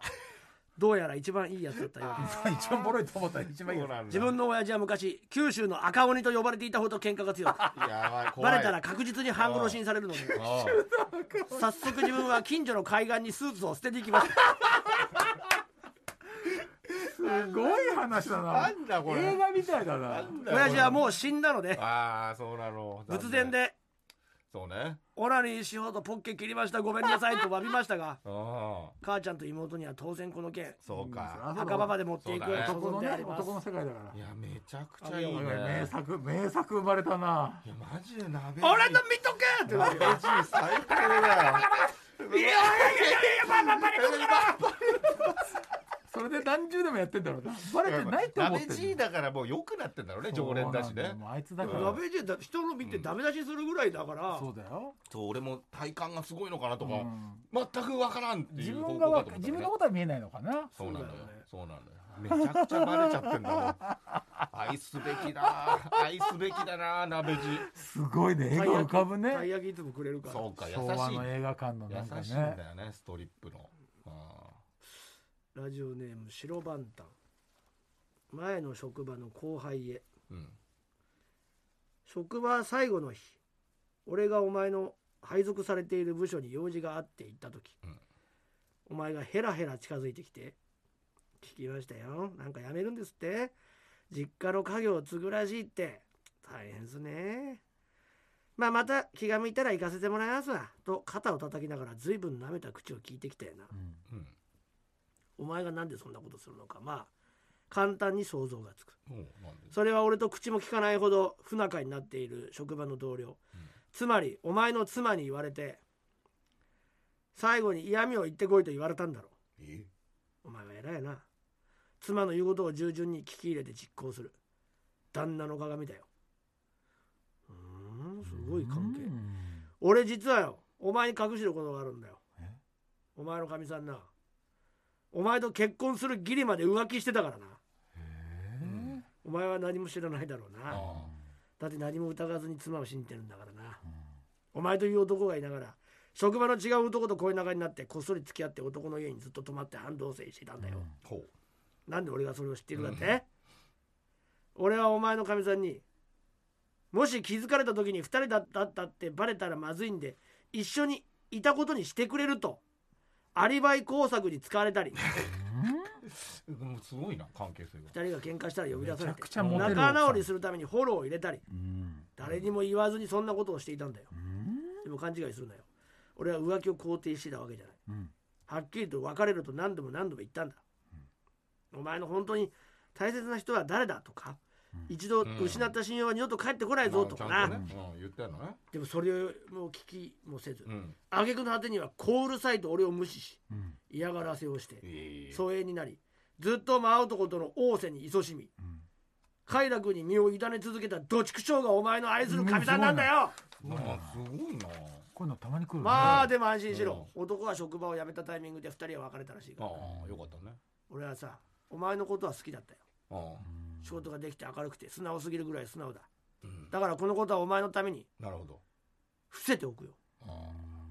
Speaker 3: どうやら一番いいやつだったようです
Speaker 4: 一番ボロいと思ったら一番いいよ
Speaker 2: 自
Speaker 3: 自分の親父は昔九州の赤鬼と呼ばれていたほど喧嘩が強く
Speaker 2: やばい怖
Speaker 3: バ
Speaker 2: い
Speaker 3: レたら確実に半殺しにされるので
Speaker 2: あ
Speaker 3: 早速自分は近所の海岸にスーツを捨てていきました
Speaker 4: すごい話だな
Speaker 2: なんだこれ
Speaker 4: 映画みたいだな
Speaker 3: 親父はもう死んだので
Speaker 2: ああそうなの残念
Speaker 3: 仏前で
Speaker 2: そうね
Speaker 3: 「オナニーしようとポッケ切りましたごめんなさい」と詫びましたが
Speaker 2: ああ
Speaker 3: 母ちゃんと妹には当然この件
Speaker 2: そうか
Speaker 3: 墓場まで持っていくような
Speaker 4: 男
Speaker 3: 所
Speaker 4: の
Speaker 3: 存で
Speaker 4: ね
Speaker 3: あります
Speaker 4: 男の世界だから
Speaker 2: いやめちゃくちゃいいね
Speaker 4: 名作名作生まれたない
Speaker 2: やマジで鍋
Speaker 3: 俺の見とけって言われ
Speaker 2: 鍋
Speaker 3: て
Speaker 2: じい最高だよ
Speaker 3: いやいやいやいやまあまあまあ
Speaker 4: それで何十年もやってんだろうなバレてないって思って
Speaker 2: 鍋じいだからもう良くなってんだろうね常連だし
Speaker 4: そうなん
Speaker 2: ね
Speaker 4: よもうあいつだから
Speaker 3: やべえじいだ人の見てダメ出しするぐらいだから
Speaker 4: そうだよ
Speaker 2: そう俺も体感がすごいのかなとか
Speaker 4: うん
Speaker 2: 全くわからんってい
Speaker 4: 自
Speaker 2: う方
Speaker 4: 分
Speaker 2: 向
Speaker 4: が
Speaker 2: か
Speaker 4: わ
Speaker 2: と
Speaker 4: か
Speaker 2: 思った
Speaker 4: 自分
Speaker 2: ね
Speaker 4: のことは見えないのかな
Speaker 2: そうなんだよ
Speaker 3: そうだよね
Speaker 2: そうなんだよめちゃくちゃバレちゃってんだもん。愛すべきだ。愛すべきだな、鍋じ。
Speaker 4: すごいね、絵が浮かぶね。
Speaker 3: たい焼きいつもくれるから
Speaker 2: そうか、優し
Speaker 4: 昭和
Speaker 2: い。
Speaker 4: の映画館のなんか
Speaker 2: 優しいん
Speaker 4: ね。
Speaker 2: だよね、ストリップの。あ
Speaker 3: ラジオネーム白番ン前の職場の後輩へ
Speaker 2: ーうん。
Speaker 3: 職場最後の日俺がお前の配属されている部署に用事があって行った時、
Speaker 2: うん
Speaker 3: お前がヘラヘラ近づいてきて「聞きましたよなんか辞めるんですって実家の家業を継ぐらしいって大変ですね」まあまた気が向いたら行かせてもらいますわと肩を叩きながら随分舐めた口を聞いてきたよな
Speaker 4: うん
Speaker 2: うん。
Speaker 3: お前がなんでそんなことするのかまあ簡単に想像がつく
Speaker 2: おうなんで
Speaker 3: それは俺と口も聞かないほど不仲になっている職場の同僚、つまりお前の妻に言われて最後に嫌味を言ってこいと言われたんだろ
Speaker 2: え
Speaker 3: うお前は偉いな妻の言うことを従順に聞き入れて実行する旦那の鏡だようーんすごい関係
Speaker 4: うん
Speaker 3: 俺実はよお前に隠してることがあるんだよ
Speaker 4: え
Speaker 3: お前のかみさんなお前と結婚する義理まで浮気してたからな
Speaker 2: うん
Speaker 3: お前は何も知らないだろう
Speaker 2: あ
Speaker 3: な
Speaker 2: あ
Speaker 3: だって何も疑わずに妻を信じてるんだからな、お前という男がいながら職場の違う男と恋仲になってこっそり付き合って男の家にずっと泊まって半同棲していたんだよ、
Speaker 2: ほう。
Speaker 3: なんで俺がそれを知っているかって、俺はお前のかみさんにもし気づかれた時に2人だったってバレたらまずいんで一緒にいたことにしてくれるとアリバイ工作に使われたり
Speaker 2: うんすごいな、関係性が。
Speaker 3: 2人が喧嘩したら呼び出され
Speaker 4: めちゃ
Speaker 3: て
Speaker 4: くちゃモテる
Speaker 3: 仲直り
Speaker 4: 奥さ
Speaker 3: するためにフォローを入れたり
Speaker 4: んうん
Speaker 3: 誰にも言わずにそんなことをしていたんだよ
Speaker 4: うん
Speaker 3: でも勘違いするなよ俺は浮気を肯定してたわけじゃない
Speaker 4: うん
Speaker 3: はっきりと別れると何度も何度も言ったんだ、お前の本当に大切な人は誰だとか、一度失った信用は二度と帰ってこないぞとか
Speaker 2: ま
Speaker 3: な、
Speaker 2: あちゃんとね、うん、言ったよね。
Speaker 3: でもそれをもう聞きもせず、
Speaker 2: うん。
Speaker 3: 挙句の果てにはコールサイト俺を無視し
Speaker 4: うん
Speaker 3: 嫌がらせをして
Speaker 2: ええ
Speaker 3: 疎遠になりずっと真男との仰せに勤しみ快楽に身を委ね続けたどちくしょうがお前の愛するかみさんなんだよ、
Speaker 2: まあすごいな。
Speaker 4: こういうのたまに来るね
Speaker 3: まあでも安心しろ、男は職場を辞めたタイミングで2人は別れたらしいから
Speaker 2: ああ、よかったね。
Speaker 3: 俺はさお前のことは好きだったよ
Speaker 2: ああ、
Speaker 3: 仕事ができて明るくて素直すぎるぐらい素直だ
Speaker 2: うん、
Speaker 3: だからこのことはお前のために
Speaker 2: なるほど。
Speaker 3: 伏せておくよ
Speaker 2: あ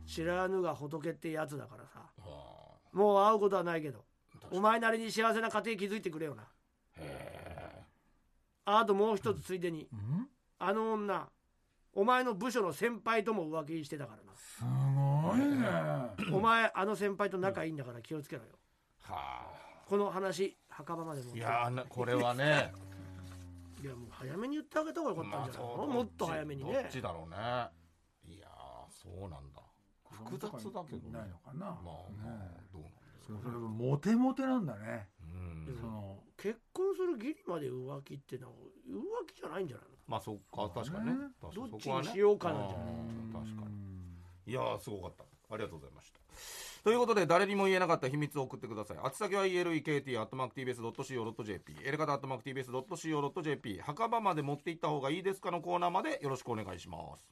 Speaker 3: 知らぬが仏ってやつだからさ
Speaker 2: あ、あ
Speaker 3: もう会うことはないけど
Speaker 2: あ確か
Speaker 3: お
Speaker 2: に
Speaker 3: 前なりに幸せな家庭築いてくれよな
Speaker 2: へ
Speaker 3: あともう一つついでに、
Speaker 4: うん
Speaker 3: あの女お前の部署の先輩とも浮気してたからな
Speaker 4: すごいね
Speaker 3: お前あの先輩と仲いいんだから気をつけろよ
Speaker 2: ーはあ。
Speaker 3: この話墓場まで持って
Speaker 2: い
Speaker 3: い
Speaker 2: やーなこれは
Speaker 3: <laughs>
Speaker 2: ね、
Speaker 3: いやもう早めに言ってあげた方がよかったんじゃないの、もっと早めに
Speaker 2: ど
Speaker 3: ね
Speaker 2: っちだろうね。いやーそうなんだ。複雑だけどね
Speaker 4: ないのかな
Speaker 2: まあま
Speaker 4: ね
Speaker 2: あどうなんです
Speaker 4: それでもモテモテなんだね
Speaker 2: う
Speaker 3: うん
Speaker 2: ん。
Speaker 4: その
Speaker 3: 結婚する義理まで浮気ってのは浮気じゃないんじゃないの
Speaker 2: まあそっか確かにね。確か
Speaker 3: ど
Speaker 2: に
Speaker 3: っ
Speaker 2: そ
Speaker 3: ち
Speaker 2: こは
Speaker 3: に
Speaker 2: ね
Speaker 3: しようかなんじゃな
Speaker 2: う
Speaker 3: い
Speaker 2: ん確かに
Speaker 4: う。ん
Speaker 2: いやーすごかった。ありがとうございました。ということで、誰にも言えなかった秘密を送ってください。あつ先は elekt.mactvs.co.jp、エレカタ .mactvs.co.jp、墓場まで持って行った方がいいですかのコーナーまでよろしくお願いします。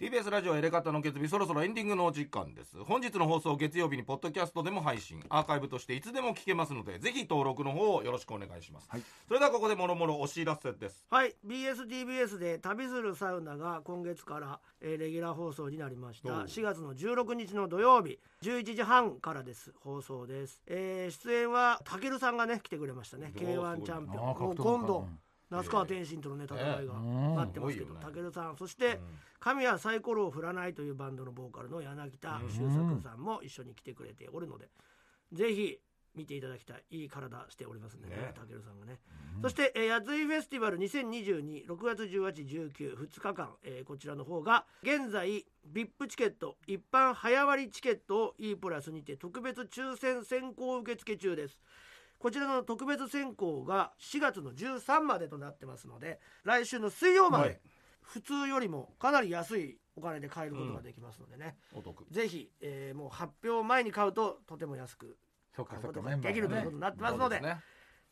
Speaker 2: TBS ラジオエレカタの決日そろそろエンディングのお時間です本日の放送月曜日にポッドキャストでも配信アーカイブとしていつでも聞けますのでぜひ登録の方をよろしくお願いします、
Speaker 4: はい
Speaker 2: それではここでもろもろお知らせです
Speaker 3: はい BSTBS で旅するサウナが今月から、えーレギュラー放送になりました
Speaker 2: おう
Speaker 3: 4月の16日の土曜日11時半からです放送です、えー出演はたけるさんがね来てくれましたね
Speaker 2: おー
Speaker 3: k
Speaker 2: すご
Speaker 3: 1
Speaker 2: い
Speaker 3: チャンピオン
Speaker 4: あー
Speaker 3: もう
Speaker 4: 格闘家
Speaker 3: 今度
Speaker 4: うん
Speaker 3: 那須川天心とのね戦いが
Speaker 4: うん
Speaker 3: 待ってますけ
Speaker 2: す
Speaker 3: ど
Speaker 2: ごいよね
Speaker 3: たけるさんそして、神はサイコロを振らないというバンドのボーカルの柳田修作さんも一緒に来てくれておるので、ぜひ見ていただきたいいい体しておりますんでね
Speaker 2: ね
Speaker 3: たけるさんがね、そして、えー、やついフェスティバル20226月1819日間、えーこちらの方が現在 VIP チケット一般早割チケットを E プラスにて特別抽選選考受付中ですこちらの特別選考が4月の13までとなってますので来週の水曜まで、
Speaker 2: はい
Speaker 3: 普通よりもかなり安いお金で買えることができますのでね、
Speaker 2: お得
Speaker 3: ぜひ、えーもう発表前に買うととても安く
Speaker 4: そっ
Speaker 3: 買
Speaker 4: か
Speaker 3: う
Speaker 4: そ
Speaker 3: こ
Speaker 4: っか
Speaker 3: とが
Speaker 4: メンバ
Speaker 3: でき
Speaker 4: ー
Speaker 3: ると
Speaker 4: が
Speaker 3: いう
Speaker 4: ね
Speaker 3: ことになってますので、
Speaker 2: そうすね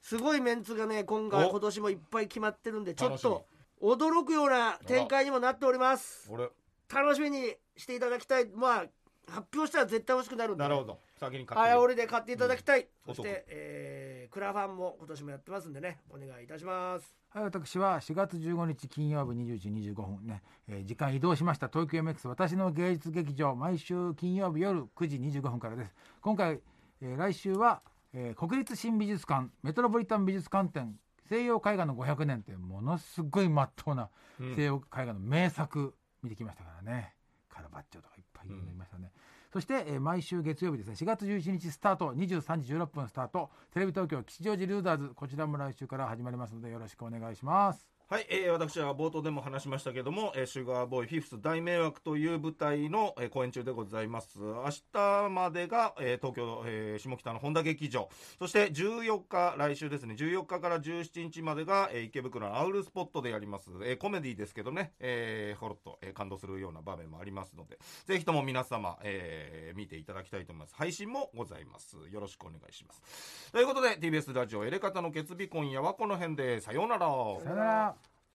Speaker 3: すごいメンツがね今回
Speaker 2: お
Speaker 3: 今年もいっぱい決まってるんでちょっと
Speaker 2: 楽
Speaker 3: 驚くような展開にもなっております
Speaker 2: 俺
Speaker 3: 楽しみにしていただきたいまあ発表したら絶対欲しくなるんで
Speaker 2: なるほど先に買
Speaker 3: あや
Speaker 2: っ
Speaker 3: お
Speaker 2: て
Speaker 3: りで買っていただきたい、
Speaker 2: うん
Speaker 3: そして、えークラファンも今年もやってますんでねお願いいたします
Speaker 4: はい、私は4月15日金曜日20時25分ね、えー時間移動しました東京 MX 私の芸術劇場毎週金曜日夜9時25分からです今回、えー来週は、えー国立新美術館メトロポリタン美術館展西洋絵画の500年ってものすごい真っ当な
Speaker 2: うん
Speaker 4: 西洋絵画の名作見てきましたからね、カラバッチョとかいっぱい読みましたね、そして、えー毎週月曜日ですね4月11日スタート23時16分スタートテレビ東京吉祥寺ルーダーズこちらも来週から始まりますのでよろしくお願いします
Speaker 2: はい、えー私は冒頭でも話しましたけども、えーシュガーボーイフィフス大迷惑という舞台の、えー公演中でございます。明日までが、えー東京、えー下北の本田劇場。そして14日、来週ですね、14日から17日までが、えー池袋のアウルスポットでやります。えーコメディですけどね、えーほろっと、えー感動するような場面もありますので、ぜひとも皆様、えー見ていただきたいと思います。配信もございます。よろしくお願いします。ということで、TBS ラジオエレカタの決日今夜はこの辺で、さようなら。
Speaker 4: さよなら